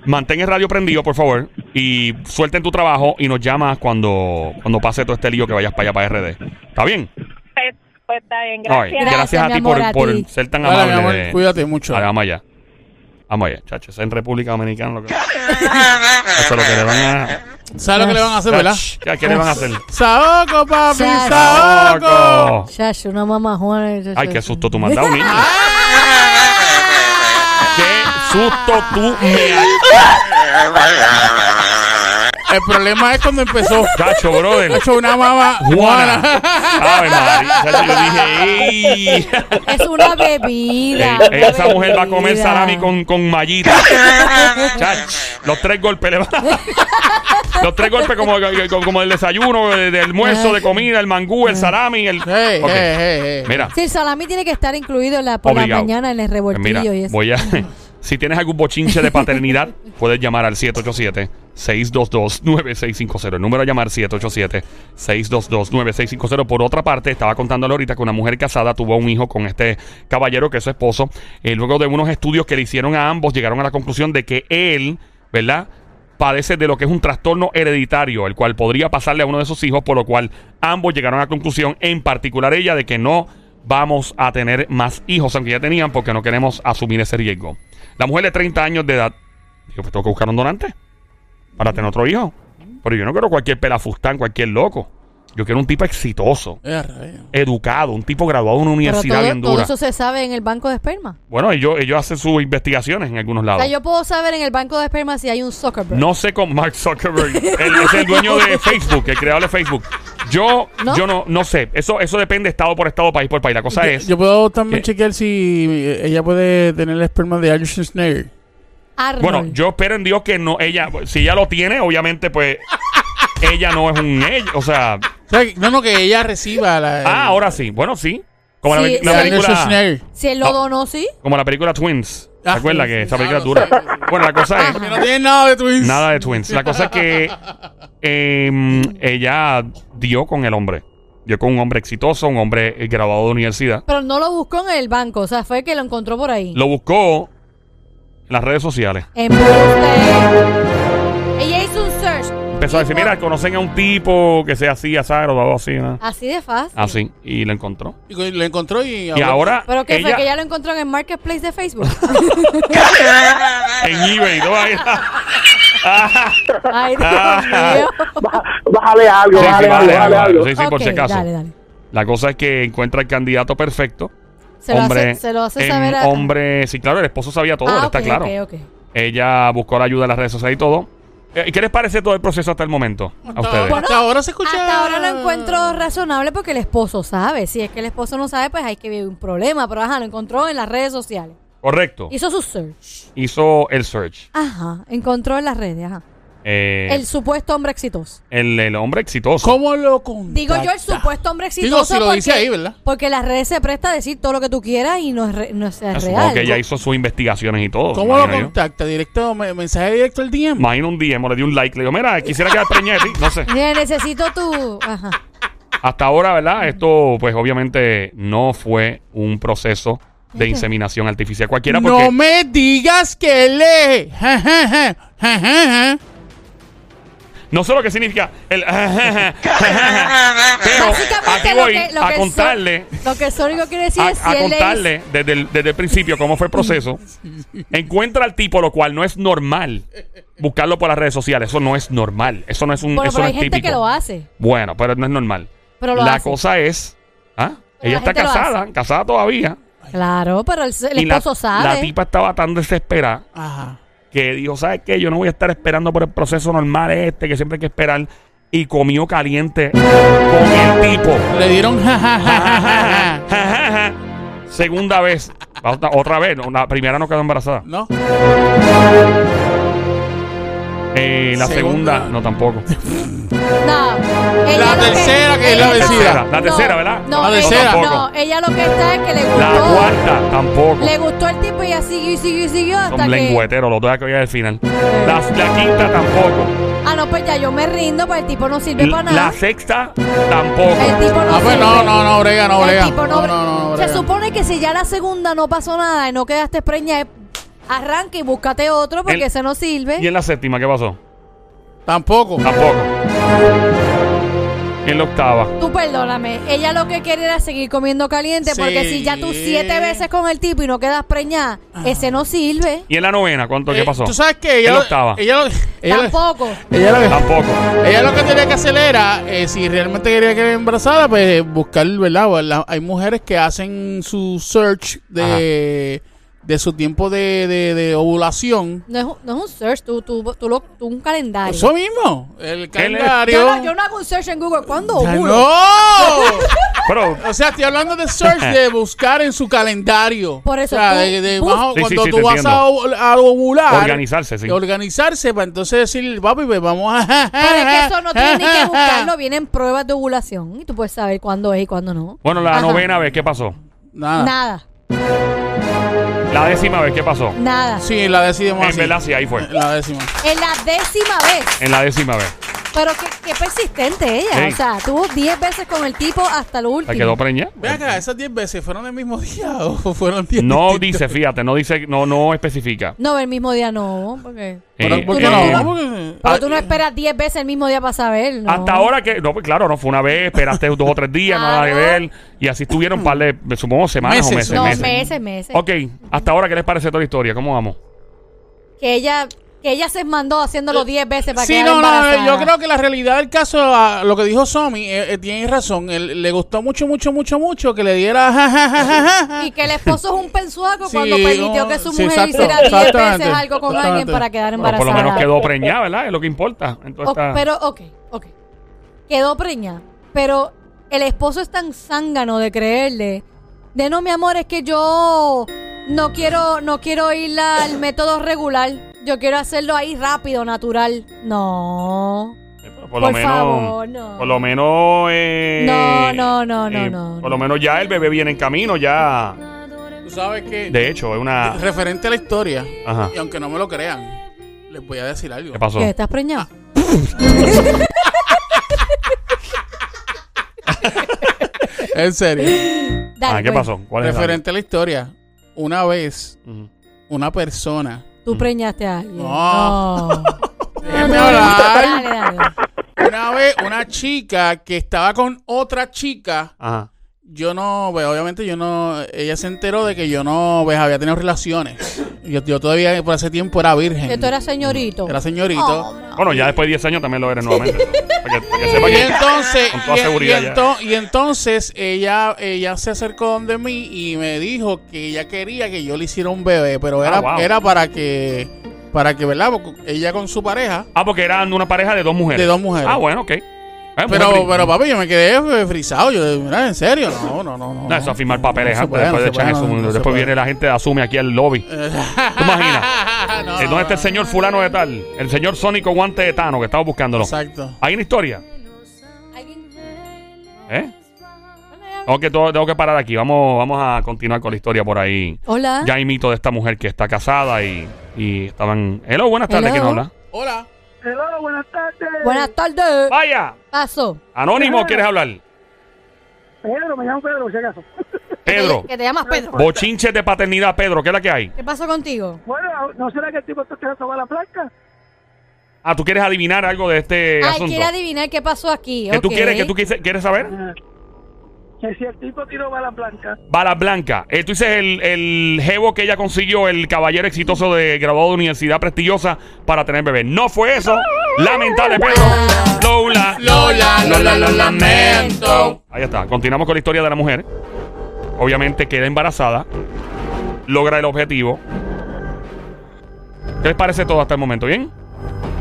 Speaker 1: Mantén el radio prendido, por favor, y suelta en tu trabajo y nos llamas cuando, cuando pase todo este lío que vayas para allá, para RD. ¿Está bien?
Speaker 4: Pues, pues está bien,
Speaker 1: Ay,
Speaker 4: gracias.
Speaker 1: gracias a
Speaker 3: mi
Speaker 1: ti
Speaker 3: amor,
Speaker 1: por,
Speaker 3: a
Speaker 1: por
Speaker 3: ti.
Speaker 1: ser tan
Speaker 2: Dale,
Speaker 1: amable.
Speaker 2: mi amor,
Speaker 1: de-
Speaker 2: cuídate mucho.
Speaker 1: Dale, vamos allá. Vamos allá, chacho. Eso en República Dominicana. Lo que... Eso es lo que le van a.
Speaker 2: ¿Sabes lo que le van a hacer, verdad?
Speaker 1: Ach, ¿Qué, qué le van a hacer?
Speaker 2: *laughs* ¡Saoco, papi!
Speaker 3: Sas.
Speaker 2: ¡Saoco!
Speaker 3: Chacho, una mamá ¡Ah! Juana.
Speaker 1: Ay, qué susto tú me has
Speaker 3: *laughs*
Speaker 1: dado, niño. Qué susto tú me has
Speaker 2: El problema es
Speaker 1: *laughs*
Speaker 2: cuando empezó.
Speaker 1: Chacho, brother.
Speaker 2: hecho
Speaker 1: *laughs*
Speaker 2: una mamá
Speaker 1: Juana.
Speaker 2: Juana.
Speaker 1: Ave María. Chacho, yo dije, ¡ey!
Speaker 3: Es una bebida.
Speaker 1: Ey,
Speaker 3: una
Speaker 1: Esa mujer va a comer
Speaker 3: bebida.
Speaker 1: salami con, con mallita. Chach, los tres golpes le va a dar. Los tres golpes como, como, como el desayuno, de, de almuerzo, de comida, el mangú, el salami, el...
Speaker 2: Hey,
Speaker 1: Ok.
Speaker 2: hey, hey, hey.
Speaker 1: Mira,
Speaker 3: Sí, el salami tiene que estar incluido en la, por la
Speaker 1: Obligado.
Speaker 3: mañana en el
Speaker 1: Pues
Speaker 3: revoltillo
Speaker 1: Mira,
Speaker 3: y eso.
Speaker 1: voy a. *laughs* Si tienes algún bochinche
Speaker 3: *laughs*
Speaker 1: de paternidad, puedes llamar al 787-622-9650. El número a llamar 787-622-9650. Por otra parte, estaba contándole ahorita que una mujer casada tuvo un hijo con este caballero que es su esposo. Eh, luego de unos estudios que le hicieron a ambos, llegaron a la conclusión de que él, ¿verdad? padece de lo que es un trastorno hereditario, el cual podría pasarle a uno de sus hijos, por lo cual ambos llegaron a la conclusión, en particular ella, de que no vamos a tener más hijos, aunque ya tenían, porque no queremos asumir ese riesgo. La mujer de 30 años de edad, dijo, pues tengo que buscar un donante para tener otro hijo. Pero yo no quiero cualquier pelafustán, cualquier loco. Yo quiero un tipo exitoso,
Speaker 2: Eh, rayo.
Speaker 1: educado, un tipo graduado en una
Speaker 3: Pero
Speaker 1: universidad
Speaker 3: todo,
Speaker 1: bien
Speaker 3: todo
Speaker 1: dura.
Speaker 3: eso se sabe en el banco de esperma.
Speaker 1: Bueno, ellos, ellos hacen sus investigaciones en algunos
Speaker 3: O
Speaker 1: lados.
Speaker 3: sea, yo puedo saber en el banco de esperma si hay un Zuckerberg.
Speaker 1: No sé con Mark
Speaker 3: *laughs*
Speaker 1: Zuckerberg. Él es el dueño de Facebook, el creador de Facebook. Yo
Speaker 3: ¿No?
Speaker 1: yo no, no sé. Eso, eso depende estado por estado, país por país. La cosa
Speaker 2: Yo-
Speaker 1: es.
Speaker 2: Yo puedo también
Speaker 1: ¿Qué?
Speaker 2: chequear si eh, ella puede tener el esperma de Arnold Schwarzenegger.
Speaker 3: Arnold.
Speaker 1: bueno, yo espero en Dios que no. Ella, si ella lo tiene, obviamente, pues. Ella no es un ella. O sea,
Speaker 2: sea, no, no, que ella reciba la.
Speaker 1: Ah, ahora sí. Bueno, sí. Como la,
Speaker 3: Sí,
Speaker 1: la
Speaker 3: sí.
Speaker 1: película,
Speaker 2: Eh.
Speaker 1: Ah.
Speaker 2: Schwarzenegger.
Speaker 3: Si él lo
Speaker 1: No.
Speaker 3: donó, sí.
Speaker 1: como la película Twins. ¿Te
Speaker 2: Ah,
Speaker 1: acuerdas
Speaker 2: sí,
Speaker 1: que
Speaker 2: sí,
Speaker 1: esa
Speaker 2: sí,
Speaker 1: película es
Speaker 2: claro,
Speaker 1: dura? Bueno, la cosa es
Speaker 2: Que no tiene nada de Twins.
Speaker 1: nada de Twins. La cosa es que em, ella dio con el hombre. Dio con un hombre exitoso, un hombre eh, graduado de universidad.
Speaker 3: Pero no lo buscó en el banco. O sea, fue que lo encontró por ahí.
Speaker 1: Lo buscó en las redes sociales.
Speaker 3: Embuste. Ella hizo un search.
Speaker 1: Empezó a decir, mira, conocen a un tipo que sea así, así, graduado así, ¿no?
Speaker 3: Así de fácil.
Speaker 1: así. Y lo encontró.
Speaker 2: Y co- lo encontró y.
Speaker 1: Y ahora
Speaker 3: Pero que fue
Speaker 1: ella
Speaker 3: que ella lo encontró en el marketplace de Facebook. *laughs*
Speaker 1: en eBay, ¿no?
Speaker 3: *laughs*
Speaker 1: Ahí está. *laughs*
Speaker 3: Ay, Dios
Speaker 1: Ah.
Speaker 3: mío.
Speaker 6: Bájale algo,
Speaker 1: Sí, sí,
Speaker 6: bájale algo,
Speaker 1: vale,
Speaker 6: bájale
Speaker 1: vale.
Speaker 6: algo.
Speaker 1: Sí, sí, por
Speaker 3: Ok,
Speaker 1: si acaso.
Speaker 3: Dale, dale.
Speaker 1: La cosa es que encuentra el candidato perfecto.
Speaker 3: Se
Speaker 1: hombre,
Speaker 3: lo hace, se lo hace
Speaker 1: em,
Speaker 3: saber a.
Speaker 1: hombre, sí, claro, el esposo sabía todo,
Speaker 3: Ah,
Speaker 1: está
Speaker 3: ok,
Speaker 1: claro.
Speaker 3: ok, ok.
Speaker 1: Ella buscó la ayuda en las redes sociales y todo. Eh, ¿Qué les parece todo el proceso hasta el momento? A ustedes.
Speaker 2: Hasta ahora se escucha.
Speaker 3: Hasta ahora lo encuentro razonable porque el esposo sabe. Si es que el esposo no sabe, pues hay que vivir un problema. Pero ajá, lo encontró en las redes sociales.
Speaker 1: Correcto.
Speaker 3: Hizo su search.
Speaker 1: Hizo el search.
Speaker 3: Ajá, encontró en las redes, ajá.
Speaker 1: Eh,
Speaker 3: El supuesto hombre exitoso.
Speaker 1: el, el hombre exitoso.
Speaker 2: ¿Cómo lo contacta?
Speaker 3: Digo yo el supuesto hombre exitoso.
Speaker 2: Digo, si lo
Speaker 3: porque,
Speaker 2: dice ahí, ¿verdad?
Speaker 3: Porque las redes se presta a decir todo lo que tú quieras y no es, re- no es
Speaker 1: Ah,
Speaker 3: real.
Speaker 1: Supongo que ella hizo sus investigaciones y todo.
Speaker 2: ¿Cómo lo
Speaker 1: imagino yo.
Speaker 2: contacta? ¿Directo, me- mensaje directo al DM?
Speaker 1: Imagino un DM, le di un like, le digo, mira, quisiera quedar preñada de ti. No sé.
Speaker 3: Mira, necesito tu... Ajá.
Speaker 1: Hasta ahora, ¿verdad? Esto, pues obviamente, no fue un proceso de inseminación artificial cualquiera porque...
Speaker 2: No me digas que le. ja, ja, ja, ja, ja, ja.
Speaker 1: No sé lo que significa el. *laughs* pero
Speaker 3: Básicamente
Speaker 1: aquí
Speaker 3: lo
Speaker 1: voy
Speaker 3: que- lo
Speaker 1: a
Speaker 3: que el so-
Speaker 1: contarle.
Speaker 3: Lo que el sónico quiere decir
Speaker 1: A,
Speaker 3: es si
Speaker 1: a
Speaker 3: él le hizo-
Speaker 1: contarle desde el, desde el principio cómo fue el proceso. Encuentra al tipo, lo cual no es normal. Buscarlo por las redes sociales, eso no es normal. Eso no es un.
Speaker 3: Bueno,
Speaker 1: eso
Speaker 3: pero
Speaker 1: no
Speaker 3: hay
Speaker 1: es
Speaker 3: gente
Speaker 1: típico.
Speaker 3: que lo hace.
Speaker 1: Bueno, pero no es normal.
Speaker 3: Pero lo
Speaker 1: la
Speaker 3: hace.
Speaker 1: cosa es. ¿ah?
Speaker 3: Pero
Speaker 1: Ella
Speaker 3: la
Speaker 1: está
Speaker 3: gente lo
Speaker 1: casada,
Speaker 3: hace.
Speaker 1: casada todavía.
Speaker 3: Claro, pero el, el
Speaker 1: y la,
Speaker 3: esposo sabe.
Speaker 1: la tipa estaba tan desesperada
Speaker 2: Ajá.
Speaker 1: que dijo, ¿sabes qué? Yo no voy a estar esperando por el proceso normal este, que siempre hay que esperar. Y comió caliente con el tipo.
Speaker 2: Le dieron. ja, ja, ja, ja, ja, ja.
Speaker 1: *laughs* Segunda vez. Otra, otra vez. no, La primera no quedó embarazada.
Speaker 2: ¿No?
Speaker 1: Eh, la segunda.
Speaker 2: Segunda.
Speaker 1: no tampoco.
Speaker 3: No, ella
Speaker 2: La
Speaker 3: lo
Speaker 2: tercera que es la
Speaker 3: ella lo
Speaker 2: vencida.
Speaker 1: La tercera, ¿verdad?
Speaker 3: No,
Speaker 2: La
Speaker 3: ella-
Speaker 2: tercera.
Speaker 3: no, ella lo que está es que le
Speaker 1: La
Speaker 3: gustó.
Speaker 1: cuarta tampoco.
Speaker 3: Le gustó el tipo y ya siguió y siguió y siguió hasta
Speaker 1: Son
Speaker 3: que.
Speaker 1: lengüeteros, los dos que voy al final. La, la quinta tampoco.
Speaker 3: Ah, no, pues ya yo me rindo, pues el tipo no sirve para
Speaker 1: La
Speaker 3: nada.
Speaker 1: sexta tampoco.
Speaker 3: El tipo no
Speaker 2: Ah, pues
Speaker 3: sirve.
Speaker 2: no, no, no, brega, no,
Speaker 3: El
Speaker 2: brega.
Speaker 3: tipo
Speaker 2: No,
Speaker 3: no,
Speaker 2: no, no, no,
Speaker 3: Se
Speaker 2: brega.
Speaker 3: supone que si ya la segunda no pasó nada y no quedaste preñada, arranca y búscate otro porque
Speaker 1: El-
Speaker 3: ese no sirve.
Speaker 1: ¿Y en la séptima qué pasó?
Speaker 2: Tampoco.
Speaker 1: Tampoco. Y en la octava.
Speaker 3: Tú perdóname, ella lo que quiere era seguir comiendo caliente
Speaker 2: Sí.
Speaker 3: porque si ya tú siete veces con el tipo y no quedas preñada,
Speaker 1: Ah.
Speaker 3: ese no sirve.
Speaker 1: ¿Y en la novena? ¿Cuánto?
Speaker 2: Eh,
Speaker 1: ¿Qué pasó?
Speaker 2: Tú sabes que
Speaker 1: En
Speaker 2: ella.
Speaker 1: la octava.
Speaker 2: Ella lo. Ella lo-
Speaker 3: Tampoco.
Speaker 2: ella lo-
Speaker 1: Tampoco.
Speaker 2: Ella lo que tenía que hacer era, eh, si realmente quería quedar embarazada, pues buscar, ¿verdad? O la- hay mujeres que hacen su search de, de su tiempo de, de- de ovulación.
Speaker 3: No es, un- no es un search, tú, tú, tú, lo- tú un calendario.
Speaker 2: Eso mismo, el calendario.
Speaker 3: yo, no, yo no hago un search en Google. ¿Cuándo
Speaker 2: Ya
Speaker 3: ovulo? *laughs*
Speaker 2: ¡No!
Speaker 1: Pero
Speaker 2: O sea, estoy hablando de search de buscar en su calendario.
Speaker 3: Por eso
Speaker 2: O sea,
Speaker 3: tú
Speaker 2: de- de-
Speaker 3: buscas.
Speaker 2: bajo-
Speaker 1: Sí, sí,
Speaker 2: cuando
Speaker 1: sí, te
Speaker 2: tú vas a, ov- a ovular.
Speaker 1: organizarse, sí.
Speaker 2: de Organizarse para entonces decir, papi, pues vamos a.
Speaker 3: Pero es que eso no tienes ni
Speaker 2: *laughs*
Speaker 1: *laughs*
Speaker 3: que buscarlo. Vienen pruebas de ovulación y tú puedes saber cuándo es y cuándo no.
Speaker 1: Bueno, la
Speaker 3: Ajá.
Speaker 1: novena vez, ¿qué pasó?
Speaker 2: Nada.
Speaker 3: Nada,
Speaker 1: La décima vez, ¿qué pasó?
Speaker 3: nada.
Speaker 2: Sí, la decidimos
Speaker 1: En
Speaker 2: así.
Speaker 1: verdad, sí, ahí fue.
Speaker 2: *laughs* La décima.
Speaker 3: En la décima vez.
Speaker 1: En la décima vez.
Speaker 3: Pero qué, qué persistente ella.
Speaker 1: Sí.
Speaker 3: O sea, tuvo diez veces con el tipo hasta lo
Speaker 1: Se
Speaker 3: último.
Speaker 1: quedó preñada.
Speaker 2: Ve acá, esas 10 veces fueron el mismo día o *laughs* fueron 10
Speaker 1: No
Speaker 2: distintos?
Speaker 1: dice, fíjate, no dice, no, no especifica.
Speaker 3: No, el mismo día no. Porque,
Speaker 1: Eh,
Speaker 2: Pero, ¿Por
Speaker 1: eh,
Speaker 2: qué no? Porque-
Speaker 3: porque Ah, tú no esperas diez veces el mismo día para saber. ¿no?
Speaker 1: Ah, Hasta ahora que, no, pues claro, no fue una vez, esperaste dos o tres días, no nada que
Speaker 3: Claro.
Speaker 1: ver. Y así estuvieron un par de, supongo, semanas
Speaker 2: Meses,
Speaker 1: o
Speaker 3: No,
Speaker 1: meses,
Speaker 3: meses, meses.
Speaker 1: meses. Ok, hasta ahora, ¿qué les parece toda la historia? ¿Cómo vamos?
Speaker 3: Que ella que ella se mandó haciéndolo diez veces para
Speaker 2: Ah, Sí,
Speaker 3: quedar
Speaker 2: no, no,
Speaker 3: embarazada.
Speaker 2: no, yo creo que la realidad del caso, a lo que dijo Somi, eh, eh, tiene razón. Él- le gustó mucho, mucho, mucho, mucho que le diera. *laughs* ja, ja, ja, ja, ja.
Speaker 3: Y que el esposo es un pensuaco
Speaker 2: Sí,
Speaker 3: cuando permitió
Speaker 2: no,
Speaker 3: que su
Speaker 2: sí,
Speaker 3: mujer
Speaker 2: exacto,
Speaker 3: hiciera 10 veces
Speaker 2: exactamente,
Speaker 3: algo con alguien
Speaker 2: exactamente.
Speaker 3: para quedar
Speaker 1: Bueno, por
Speaker 3: embarazada.
Speaker 1: lo menos quedó preñada, ¿verdad? Es lo que importa.
Speaker 3: O-
Speaker 1: Entonces, Pues está-
Speaker 3: pero, ok, ok. Quedó preñada. Pero el esposo es tan zángano de creerle. De no, mi amor, es que yo no quiero, no quiero ir la- al método regular. Yo quiero hacerlo ahí rápido, natural. No.
Speaker 1: Eh, pero por lo
Speaker 3: Por
Speaker 1: menos.
Speaker 3: favor, no.
Speaker 1: Por lo menos. eh,
Speaker 3: No, no, no, no,
Speaker 1: eh,
Speaker 3: no,
Speaker 1: Por lo menos ya el bebé viene en camino, ya.
Speaker 2: Tú sabes que, eh,
Speaker 1: De hecho, es una.
Speaker 2: referente a la historia,
Speaker 1: Ajá.
Speaker 2: y aunque no me lo crean, les voy a decir algo.
Speaker 1: ¿Qué pasó? Ah,
Speaker 3: ¿Qué? ¿Estás preñado?
Speaker 2: En serio.
Speaker 3: Dale,
Speaker 1: Ah, ¿Qué
Speaker 3: pues.
Speaker 1: pasó? ¿Cuál es la-
Speaker 2: referente a la historia, una vez,
Speaker 1: Ujú.
Speaker 2: una persona.
Speaker 1: Mm.
Speaker 3: Tú preñaste a alguien.
Speaker 2: No.
Speaker 3: No.
Speaker 2: Déjeme
Speaker 3: Dale,
Speaker 2: hablar.
Speaker 3: dale.
Speaker 2: Una vez, una chica que estaba con otra chica.
Speaker 1: Ajá.
Speaker 2: Yo no, pues obviamente yo no, ella se enteró de que yo no, pues había tenido relaciones. Yo, yo todavía por ese tiempo era virgen.
Speaker 3: Que tú eras señorito.
Speaker 2: Era señorito.
Speaker 3: Oh, no.
Speaker 1: Bueno, ya después de 10 años también lo eres nuevamente. para, que, para que sepa
Speaker 2: Y
Speaker 1: que.
Speaker 2: entonces,
Speaker 1: Con toda
Speaker 2: y- y
Speaker 1: seguridad ya.
Speaker 2: ento- y entonces ella, ella se acercó donde mí y me dijo que ella quería que yo le hiciera un bebé, pero
Speaker 1: Ah,
Speaker 2: era,
Speaker 1: wow.
Speaker 2: era para que, para que, ¿verdad? Porque Ella con su pareja,
Speaker 1: Ah, porque eran una pareja de dos mujeres.
Speaker 2: de dos mujeres.
Speaker 1: Ah, bueno, ok. Eh,
Speaker 2: Pero,
Speaker 1: mujer-
Speaker 2: pero papi, yo me quedé eh, frisado. Yo, mira, en serio, no, no, no. No,
Speaker 1: No, eso a firmar papeles
Speaker 2: No se
Speaker 1: antes,
Speaker 2: puede,
Speaker 1: después
Speaker 2: no
Speaker 1: de
Speaker 2: se
Speaker 1: echar
Speaker 2: puede,
Speaker 1: eso.
Speaker 2: no, no se
Speaker 1: después
Speaker 2: puede.
Speaker 1: viene la gente de Asume aquí al lobby. ¿Tú imaginas?
Speaker 2: *laughs* No,
Speaker 1: Eh,
Speaker 2: no,
Speaker 1: ¿Dónde está el señor fulano de tal? El señor Sónico Guante de Tano, que estaba buscándolo.
Speaker 2: Exacto.
Speaker 1: ¿Hay una historia? ¿Eh? Tengo que, todo- tengo que parar aquí. Vamos, vamos a continuar con la historia por ahí.
Speaker 2: ¿Ah?
Speaker 3: Hola.
Speaker 1: Ya hay mito de esta mujer que está casada y, y estaban... Hello, buenas tardes.
Speaker 3: Hello.
Speaker 1: ¿Quién habla?
Speaker 2: Hola.
Speaker 6: Hola, buenas tardes.
Speaker 3: Buenas tardes.
Speaker 1: Vaya.
Speaker 3: Paso.
Speaker 1: Anónimo, ¿quieres hablar?
Speaker 6: Pedro, me llamo Pedro, si acaso.
Speaker 1: Pedro.
Speaker 3: Que te llamas Pedro.
Speaker 1: Bochinches de paternidad, Pedro. ¿Qué es la que hay?
Speaker 3: ¿Qué pasó contigo?
Speaker 6: Bueno, ¿no será que el tipo está tirando a la placa?
Speaker 1: Ah, ¿tú quieres adivinar algo de este
Speaker 3: Ay,
Speaker 1: asunto?
Speaker 3: quiere adivinar qué pasó aquí.
Speaker 1: ¿Qué tú
Speaker 3: ok.
Speaker 1: quieres? ¿Qué tú quise- quieres saber?
Speaker 6: Eh,
Speaker 3: Mm.
Speaker 6: Que si el tipo tiró bala blanca.
Speaker 1: Bala Blanca. Eh, tú dices el, el jevo que ella consiguió, el caballero exitoso de graduado de universidad prestigiosa para tener bebé. No fue eso. Lamentable, Pedro. Lola.
Speaker 2: Lola, Lola, lo lamento.
Speaker 1: Ahí está. Continuamos con la historia de la mujer. Obviamente queda embarazada. Logra el objetivo. ¿Qué les parece todo hasta el momento? ¿Bien?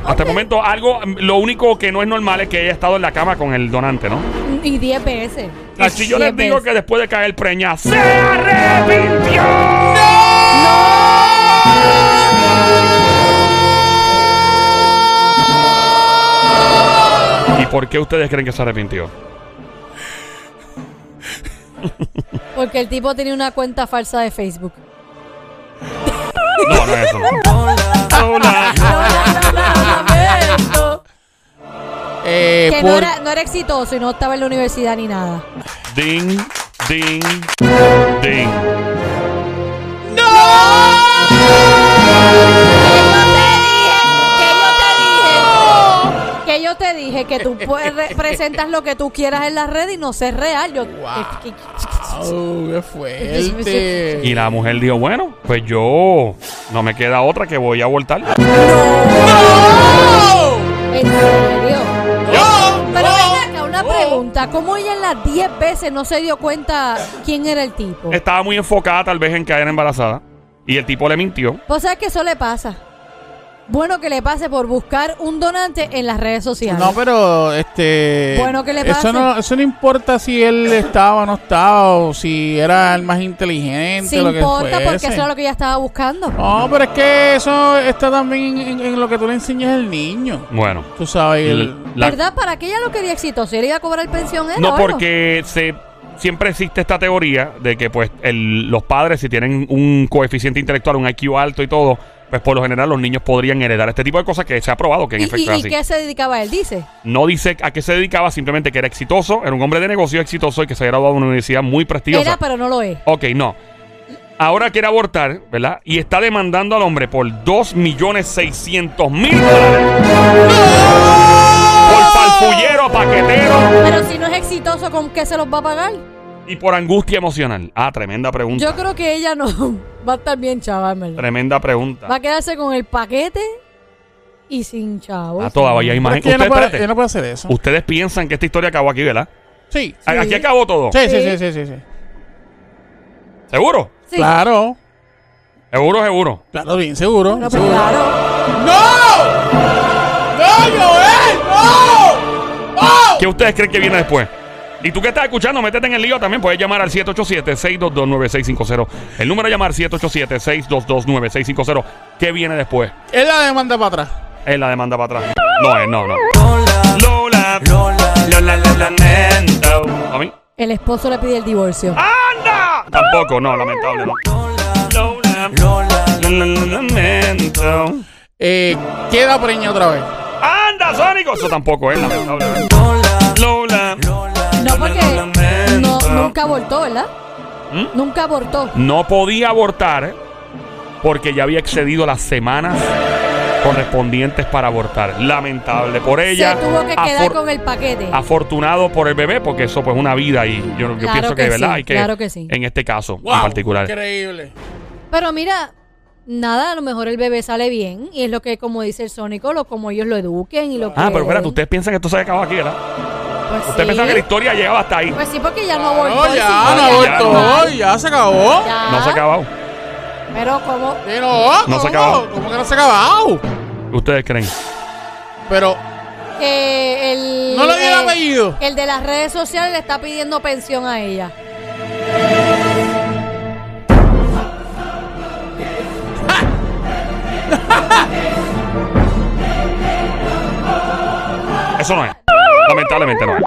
Speaker 1: Hasta el momento, algo, mm, lo único que no es normal es que haya estado en la cama con el donante, ¿no?
Speaker 3: Y 10 veces.
Speaker 1: Y si yo les
Speaker 3: Diez
Speaker 1: digo
Speaker 3: veces.
Speaker 1: que después de caer preña, ¡se arrepintió! ¿Y por qué ustedes creen que se arrepintió?
Speaker 3: Porque el tipo tenía una cuenta falsa de Facebook.
Speaker 1: No, no es eso. No. Hola.
Speaker 2: Eh,
Speaker 3: Que no
Speaker 2: por-
Speaker 3: era, no era exitoso y no estaba en la universidad ni nada.
Speaker 1: Ding, ding, ding.
Speaker 3: Que yo te dije que tú puedes- presentas lo que tú quieras en la red y no ser real. Yo,
Speaker 2: Au, Oh, qué fuerte.
Speaker 1: Y la mujer dijo, bueno, pues yo no me queda otra que voy a voltar.
Speaker 2: Oh,
Speaker 3: En serio.
Speaker 2: ¡No!
Speaker 3: Pero ven acá, una pregunta. ¿Cómo ella en las 10 veces no se dio cuenta quién era el tipo?
Speaker 1: Estaba muy enfocada tal vez en caer embarazada. Y el tipo le mintió.
Speaker 3: Vos sabés que eso le pasa. Bueno que le pase por buscar un donante en las redes sociales.
Speaker 2: No, pero este.
Speaker 3: Bueno, ¿qué le pasa?
Speaker 2: Eso no, eso no importa si él estaba o no estaba, o si era el más inteligente,
Speaker 3: se
Speaker 2: lo que
Speaker 3: importa porque
Speaker 2: fuese.
Speaker 3: eso era lo que ella estaba buscando.
Speaker 2: No, pero es que eso está también en, en lo que tú le enseñas al niño.
Speaker 1: Bueno.
Speaker 2: Tú sabes, el-
Speaker 1: la-
Speaker 3: ¿Verdad? ¿Para qué ella lo quería exitoso? ¿Ella iba a cobrar pensión? él o
Speaker 1: No,
Speaker 3: algo?
Speaker 1: porque se siempre existe esta teoría de que pues el- los padres si tienen un coeficiente intelectual, un IQ alto y todo, pues por lo general los niños podrían heredar este tipo de cosas que se ha probado que en
Speaker 3: ¿Y, y-
Speaker 1: efecto es
Speaker 3: y
Speaker 1: así.
Speaker 3: qué se dedicaba él? Dice.
Speaker 1: No dice a qué se dedicaba, simplemente que era exitoso, era un hombre de negocios exitoso y que se había graduado de una universidad muy prestigiosa.
Speaker 3: Era, pero no lo es.
Speaker 1: Ok, no. Ahora quiere abortar, ¿verdad? Y está demandando al hombre por 2.600.000 dólares. Por palfullero, paquetero
Speaker 3: Pero si no es exitoso, ¿con qué se los va a pagar?
Speaker 1: y por angustia emocional. Ah, tremenda pregunta.
Speaker 3: Yo creo que ella no *laughs* va a estar bien chaval, en verdad.
Speaker 1: Tremenda pregunta.
Speaker 3: Va a quedarse con el paquete y sin chavo.
Speaker 1: A toda vaya
Speaker 2: pero
Speaker 1: imagen.
Speaker 2: es que ella no,
Speaker 1: Ustedes,
Speaker 2: puede,
Speaker 1: espérate.
Speaker 2: ella no puede hacer eso.
Speaker 1: Ustedes piensan que esta historia acabó aquí, ¿verdad?
Speaker 2: Sí.
Speaker 1: A- Aquí acabó todo.
Speaker 2: Sí,
Speaker 3: Sí.
Speaker 2: sí, sí, sí, sí, sí.
Speaker 1: ¿Seguro?
Speaker 3: Sí.
Speaker 2: Claro,
Speaker 1: Seguro, seguro.
Speaker 2: claro, bien seguro.
Speaker 3: Bueno, pues
Speaker 2: seguro.
Speaker 3: claro.
Speaker 2: ¡No! ¡No, Joel! ¡No! ¡No!
Speaker 1: ¿Qué ustedes creen que viene después? Y tú que estás escuchando, métete en el lío también. Puedes llamar al 787-622-9650. El número a llamar 787-622-9650. ¿Qué viene después?
Speaker 2: Es la demanda para atrás.
Speaker 1: Es la demanda para atrás. No es, no, no. Lola.
Speaker 5: Lola, Lola, lo lamento.
Speaker 1: ¿A mí?
Speaker 3: El esposo le pide el divorcio.
Speaker 1: Ah. ¡Anda! Tampoco, no, lamentable, no.
Speaker 5: Lola, Lola, Lola, lo lamento.
Speaker 2: Eh, queda preña otra vez.
Speaker 1: ¡Anda, Sónico! Eso tampoco es lamentable. ¿eh?
Speaker 5: Lola,
Speaker 1: ¿verdad?
Speaker 5: Lola, Lola,
Speaker 3: No, porque no,
Speaker 5: lamento.
Speaker 3: nunca abortó, ¿verdad?
Speaker 1: ¿Mm?
Speaker 3: Nunca abortó.
Speaker 1: No podía abortar porque ya había excedido las semanas correspondientes para abortar. Lamentable por ella.
Speaker 3: Se tuvo que
Speaker 1: Afor-
Speaker 3: quedar con el paquete.
Speaker 1: Afortunado por el bebé, porque eso pues es una vida y yo, yo
Speaker 3: Claro
Speaker 1: pienso
Speaker 3: que
Speaker 1: que,
Speaker 3: sí,
Speaker 1: ¿verdad? Hay que,
Speaker 3: claro que sí.
Speaker 1: En este caso en
Speaker 2: Wow,
Speaker 1: particular.
Speaker 2: Increíble.
Speaker 3: Pero mira, nada, a lo mejor el bebé sale bien y es lo que, como dice el Sónico, lo, como ellos lo eduqen y lo
Speaker 1: Ah, pero
Speaker 3: quieren.
Speaker 1: espérate, ustedes piensan que esto se había acabado aquí, ¿verdad?
Speaker 3: Pues
Speaker 1: Ustedes
Speaker 3: sí.
Speaker 1: pensaban que la historia llegaba hasta ahí.
Speaker 3: Pues sí, porque ya no abortó.
Speaker 2: No,
Speaker 3: y sí,
Speaker 2: ya, no
Speaker 1: ya,
Speaker 2: abortó,
Speaker 1: ya.
Speaker 2: ya, se acabó.
Speaker 3: ya.
Speaker 1: No se ha acabado.
Speaker 3: Pero como...
Speaker 2: Sí, no,
Speaker 1: No se
Speaker 2: ¿cómo?
Speaker 1: acabó.
Speaker 2: ¿Cómo que no se ha acabado?
Speaker 1: ¿Ustedes creen?
Speaker 2: Pero
Speaker 3: que el...
Speaker 2: no le di el
Speaker 3: el-
Speaker 2: apellido.
Speaker 3: El de las redes sociales le está pidiendo pensión a ella.
Speaker 1: Eso no es. Lamentablemente no es.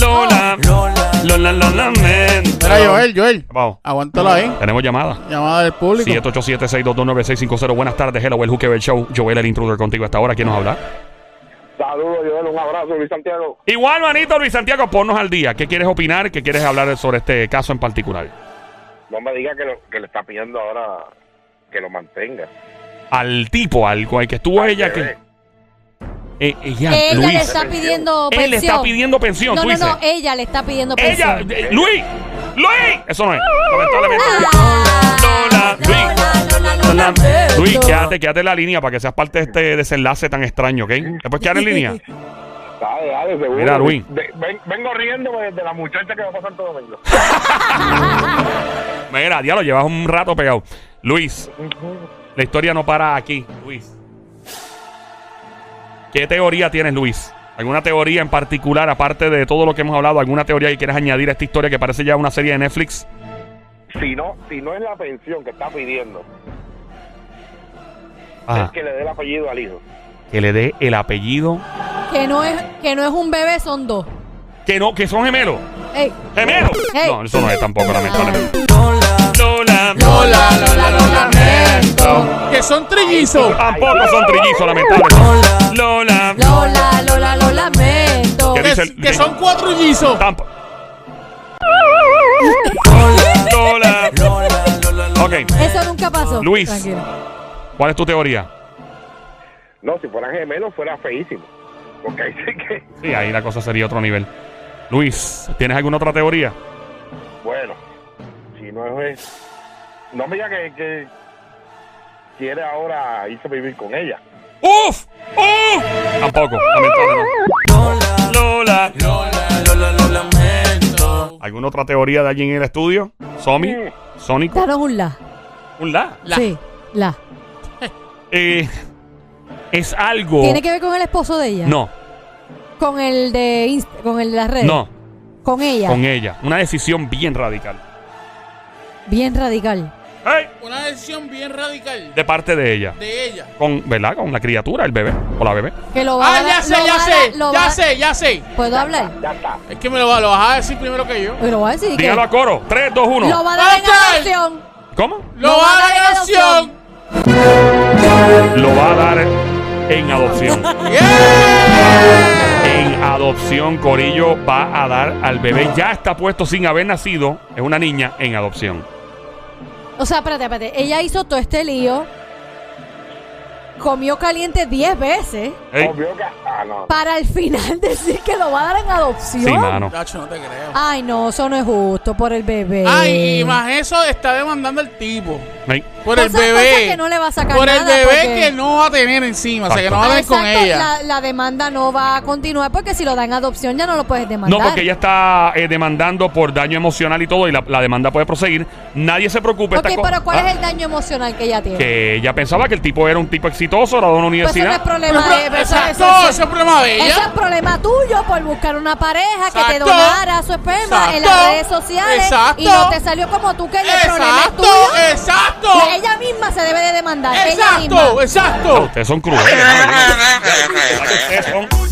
Speaker 5: Lola, Lola, Lola, lo lamento.
Speaker 2: Mira, Joel, Joel.
Speaker 1: Vamos.
Speaker 2: Aguántalo ahí.
Speaker 1: Tenemos llamada.
Speaker 2: Llamada del público.
Speaker 1: 787-622-9650. Buenas tardes, hello, el Juquebel Show. Joel, el intruder contigo hasta ahora. ¿Quién nos habla?
Speaker 7: Saludos, Joel, un abrazo, Luis Santiago.
Speaker 1: Igual, manito Luis Santiago, ponnos al día. ¿Qué quieres opinar? ¿Qué quieres hablar sobre este caso en particular?
Speaker 7: No me diga que, lo- que le está pidiendo ahora que lo mantenga.
Speaker 1: Al tipo, al cual que estuvo Pues ella que.
Speaker 7: Bebé.
Speaker 1: Eh, ella,
Speaker 3: Que ella le
Speaker 1: Luis.
Speaker 3: está pidiendo pensión.
Speaker 1: Él le está pidiendo pensión,
Speaker 3: No,
Speaker 1: tú
Speaker 3: no,
Speaker 1: dices.
Speaker 3: no, ella le está pidiendo
Speaker 1: Ella,
Speaker 3: pensión.
Speaker 1: eh, Luis, Luis. Eso no es. Lamentablemente.
Speaker 3: Ah,
Speaker 1: Luis.
Speaker 3: Lola, Lola, Lola, Lola.
Speaker 1: Luis, quédate, quédate en la línea para que seas parte de este desenlace tan extraño, ¿ok? ¿Te puedes quedar en línea?
Speaker 7: Dale, dale, seguro.
Speaker 1: Mira, Luis.
Speaker 7: De- ven- vengo riéndome de la muchacha que va a pasar todo domingo.
Speaker 1: Mira, diablo, llevas un rato pegado. Luis, la historia no para aquí, Luis. ¿Qué teoría tienes, Luis? ¿Alguna teoría en particular, aparte de todo lo que hemos hablado, alguna teoría que quieras añadir a esta historia que parece ya una serie de Netflix?
Speaker 7: Si no, si no es la pensión que está pidiendo, es
Speaker 1: Ajá.
Speaker 7: que le dé el apellido al hijo.
Speaker 1: Ah, Que le dé el apellido.
Speaker 3: Que no es, que no es un bebé, son dos.
Speaker 1: Que no, que son gemelos.
Speaker 3: Ey.
Speaker 1: ¡Gemelos!
Speaker 3: Hey.
Speaker 1: No, eso no es tampoco, lamentablemente.
Speaker 5: Lola,
Speaker 2: Lola, Lola, lo lamento. Que son trillizos.
Speaker 1: Tampoco son trillizos, lamentablemente.
Speaker 5: Lola,
Speaker 3: Lola, Lola, lo lamento.
Speaker 1: ¿Qué
Speaker 2: Que,
Speaker 1: dice el-
Speaker 2: que son cuatro trillizos.
Speaker 1: Tampo-
Speaker 5: Lola, Lola, Lola, Lola.
Speaker 1: Ok,
Speaker 3: Eso nunca pasó.
Speaker 1: Luis.
Speaker 3: Tranquilo.
Speaker 1: ¿cuál es tu teoría?
Speaker 7: No, si fueran gemelos fuera feísimo. Porque ahí sí que,
Speaker 1: Sí, ahí la cosa sería otro nivel. Luis, ¿tienes alguna otra teoría?
Speaker 7: bueno, si no es... No me diga que, que quiere ahora irse a vivir con ella.
Speaker 1: ¡Uf! ¡Uf! Tampoco, lamentablemente.
Speaker 5: Lola, Lola, Lola, lo lamento.
Speaker 1: ¿Alguna otra teoría de allí en el estudio? ¿Somi? ¿Sónico?
Speaker 3: Danos un la.
Speaker 1: Un la.
Speaker 2: La.
Speaker 3: Sí, la.
Speaker 1: Eh, es algo.
Speaker 3: ¿Tiene que ver con el esposo de ella?
Speaker 1: Oh. No,
Speaker 3: ¿Con el de Insta- con el de las redes?
Speaker 1: no,
Speaker 3: ¿Con ella?
Speaker 1: con ella. Una decisión bien radical.
Speaker 3: Bien radical.
Speaker 1: ¡Ey!
Speaker 2: Una decisión bien radical
Speaker 1: De parte de ella.
Speaker 2: de ella.
Speaker 1: Con, ¿verdad? Con la criatura, el bebé. O la bebé.
Speaker 3: Que lo va
Speaker 2: Ah,
Speaker 3: a
Speaker 2: ya
Speaker 3: dar-
Speaker 2: sé,
Speaker 3: lo
Speaker 2: ya
Speaker 3: va a
Speaker 2: sé,
Speaker 3: dar- lo
Speaker 2: ya
Speaker 3: va-
Speaker 2: sé, ya sé.
Speaker 3: ¿Puedo hablar?
Speaker 7: Ya está.
Speaker 2: Es que me lo, va- lo vas a decir primero que
Speaker 3: *laughs*
Speaker 2: yo.
Speaker 3: Pero lo va a decir que-
Speaker 1: Dígalo a coro. 3, 2, 1.
Speaker 3: Lo va a dar en
Speaker 2: ¡Basta!
Speaker 3: adopción.
Speaker 1: ¿Cómo?
Speaker 2: ¡Lo
Speaker 3: Lo
Speaker 2: va
Speaker 3: va
Speaker 2: a dar en
Speaker 3: adopción.
Speaker 2: adopción!
Speaker 1: Lo va a dar en adopción.
Speaker 2: ¡Yeah!
Speaker 1: En adopción, Corillo va a dar al bebé. Ya está puesto sin haber nacido. Es una niña en adopción.
Speaker 3: O sea, espérate, espérate. Ella hizo todo este lío. Comió caliente 10 veces
Speaker 1: Ey,
Speaker 7: Obvio que... Ah, no.
Speaker 3: para al final *laughs* decir que lo va a dar en adopción.
Speaker 1: Sí, mano.
Speaker 2: Tacho, no te creo.
Speaker 3: Ay, no, eso no es justo por el bebé.
Speaker 2: Ay, y más eso está demandando el tipo.
Speaker 1: Ey,
Speaker 2: Por
Speaker 3: Pues Cosas-
Speaker 2: el bebé.
Speaker 3: cosas que no le va a sacar
Speaker 2: por el
Speaker 3: nada,
Speaker 2: bebé
Speaker 3: porque-
Speaker 2: que no va a tener encima. O sea, que no va a
Speaker 3: Ah,
Speaker 2: tener con
Speaker 3: exacto,
Speaker 2: ella.
Speaker 3: La, la demanda no va a continuar porque si lo dan en adopción ya no lo puedes demandar.
Speaker 1: No, porque ella está eh, demandando por daño emocional y todo, y la, la demanda puede proseguir. Nadie se preocupe.
Speaker 3: Ok,
Speaker 1: esta co-
Speaker 3: pero ¿cuál
Speaker 1: Ah,
Speaker 3: es el daño emocional que ella tiene?
Speaker 1: Que ella pensaba que el tipo era un tipo exitoso, era de una
Speaker 3: Pues eso no es
Speaker 1: universidad.
Speaker 3: problema de
Speaker 2: Pero-
Speaker 3: eso- eso-
Speaker 2: exacto,
Speaker 3: eso-
Speaker 2: ese es problema de
Speaker 3: Eso es
Speaker 2: ella.
Speaker 3: problema tuyo por buscar una pareja que te
Speaker 2: Exacto.
Speaker 3: donara su esperma en las
Speaker 2: Exacto.
Speaker 3: redes sociales
Speaker 2: Exacto.
Speaker 3: y no te salió como tú querías. El problema es
Speaker 2: Exacto,
Speaker 3: tuyo.
Speaker 2: exacto.
Speaker 3: Y Ella misma se debe de demandar. Ella misma.
Speaker 2: Exacto, exacto.
Speaker 1: Ustedes son crueles. ¿no? Ustedes son-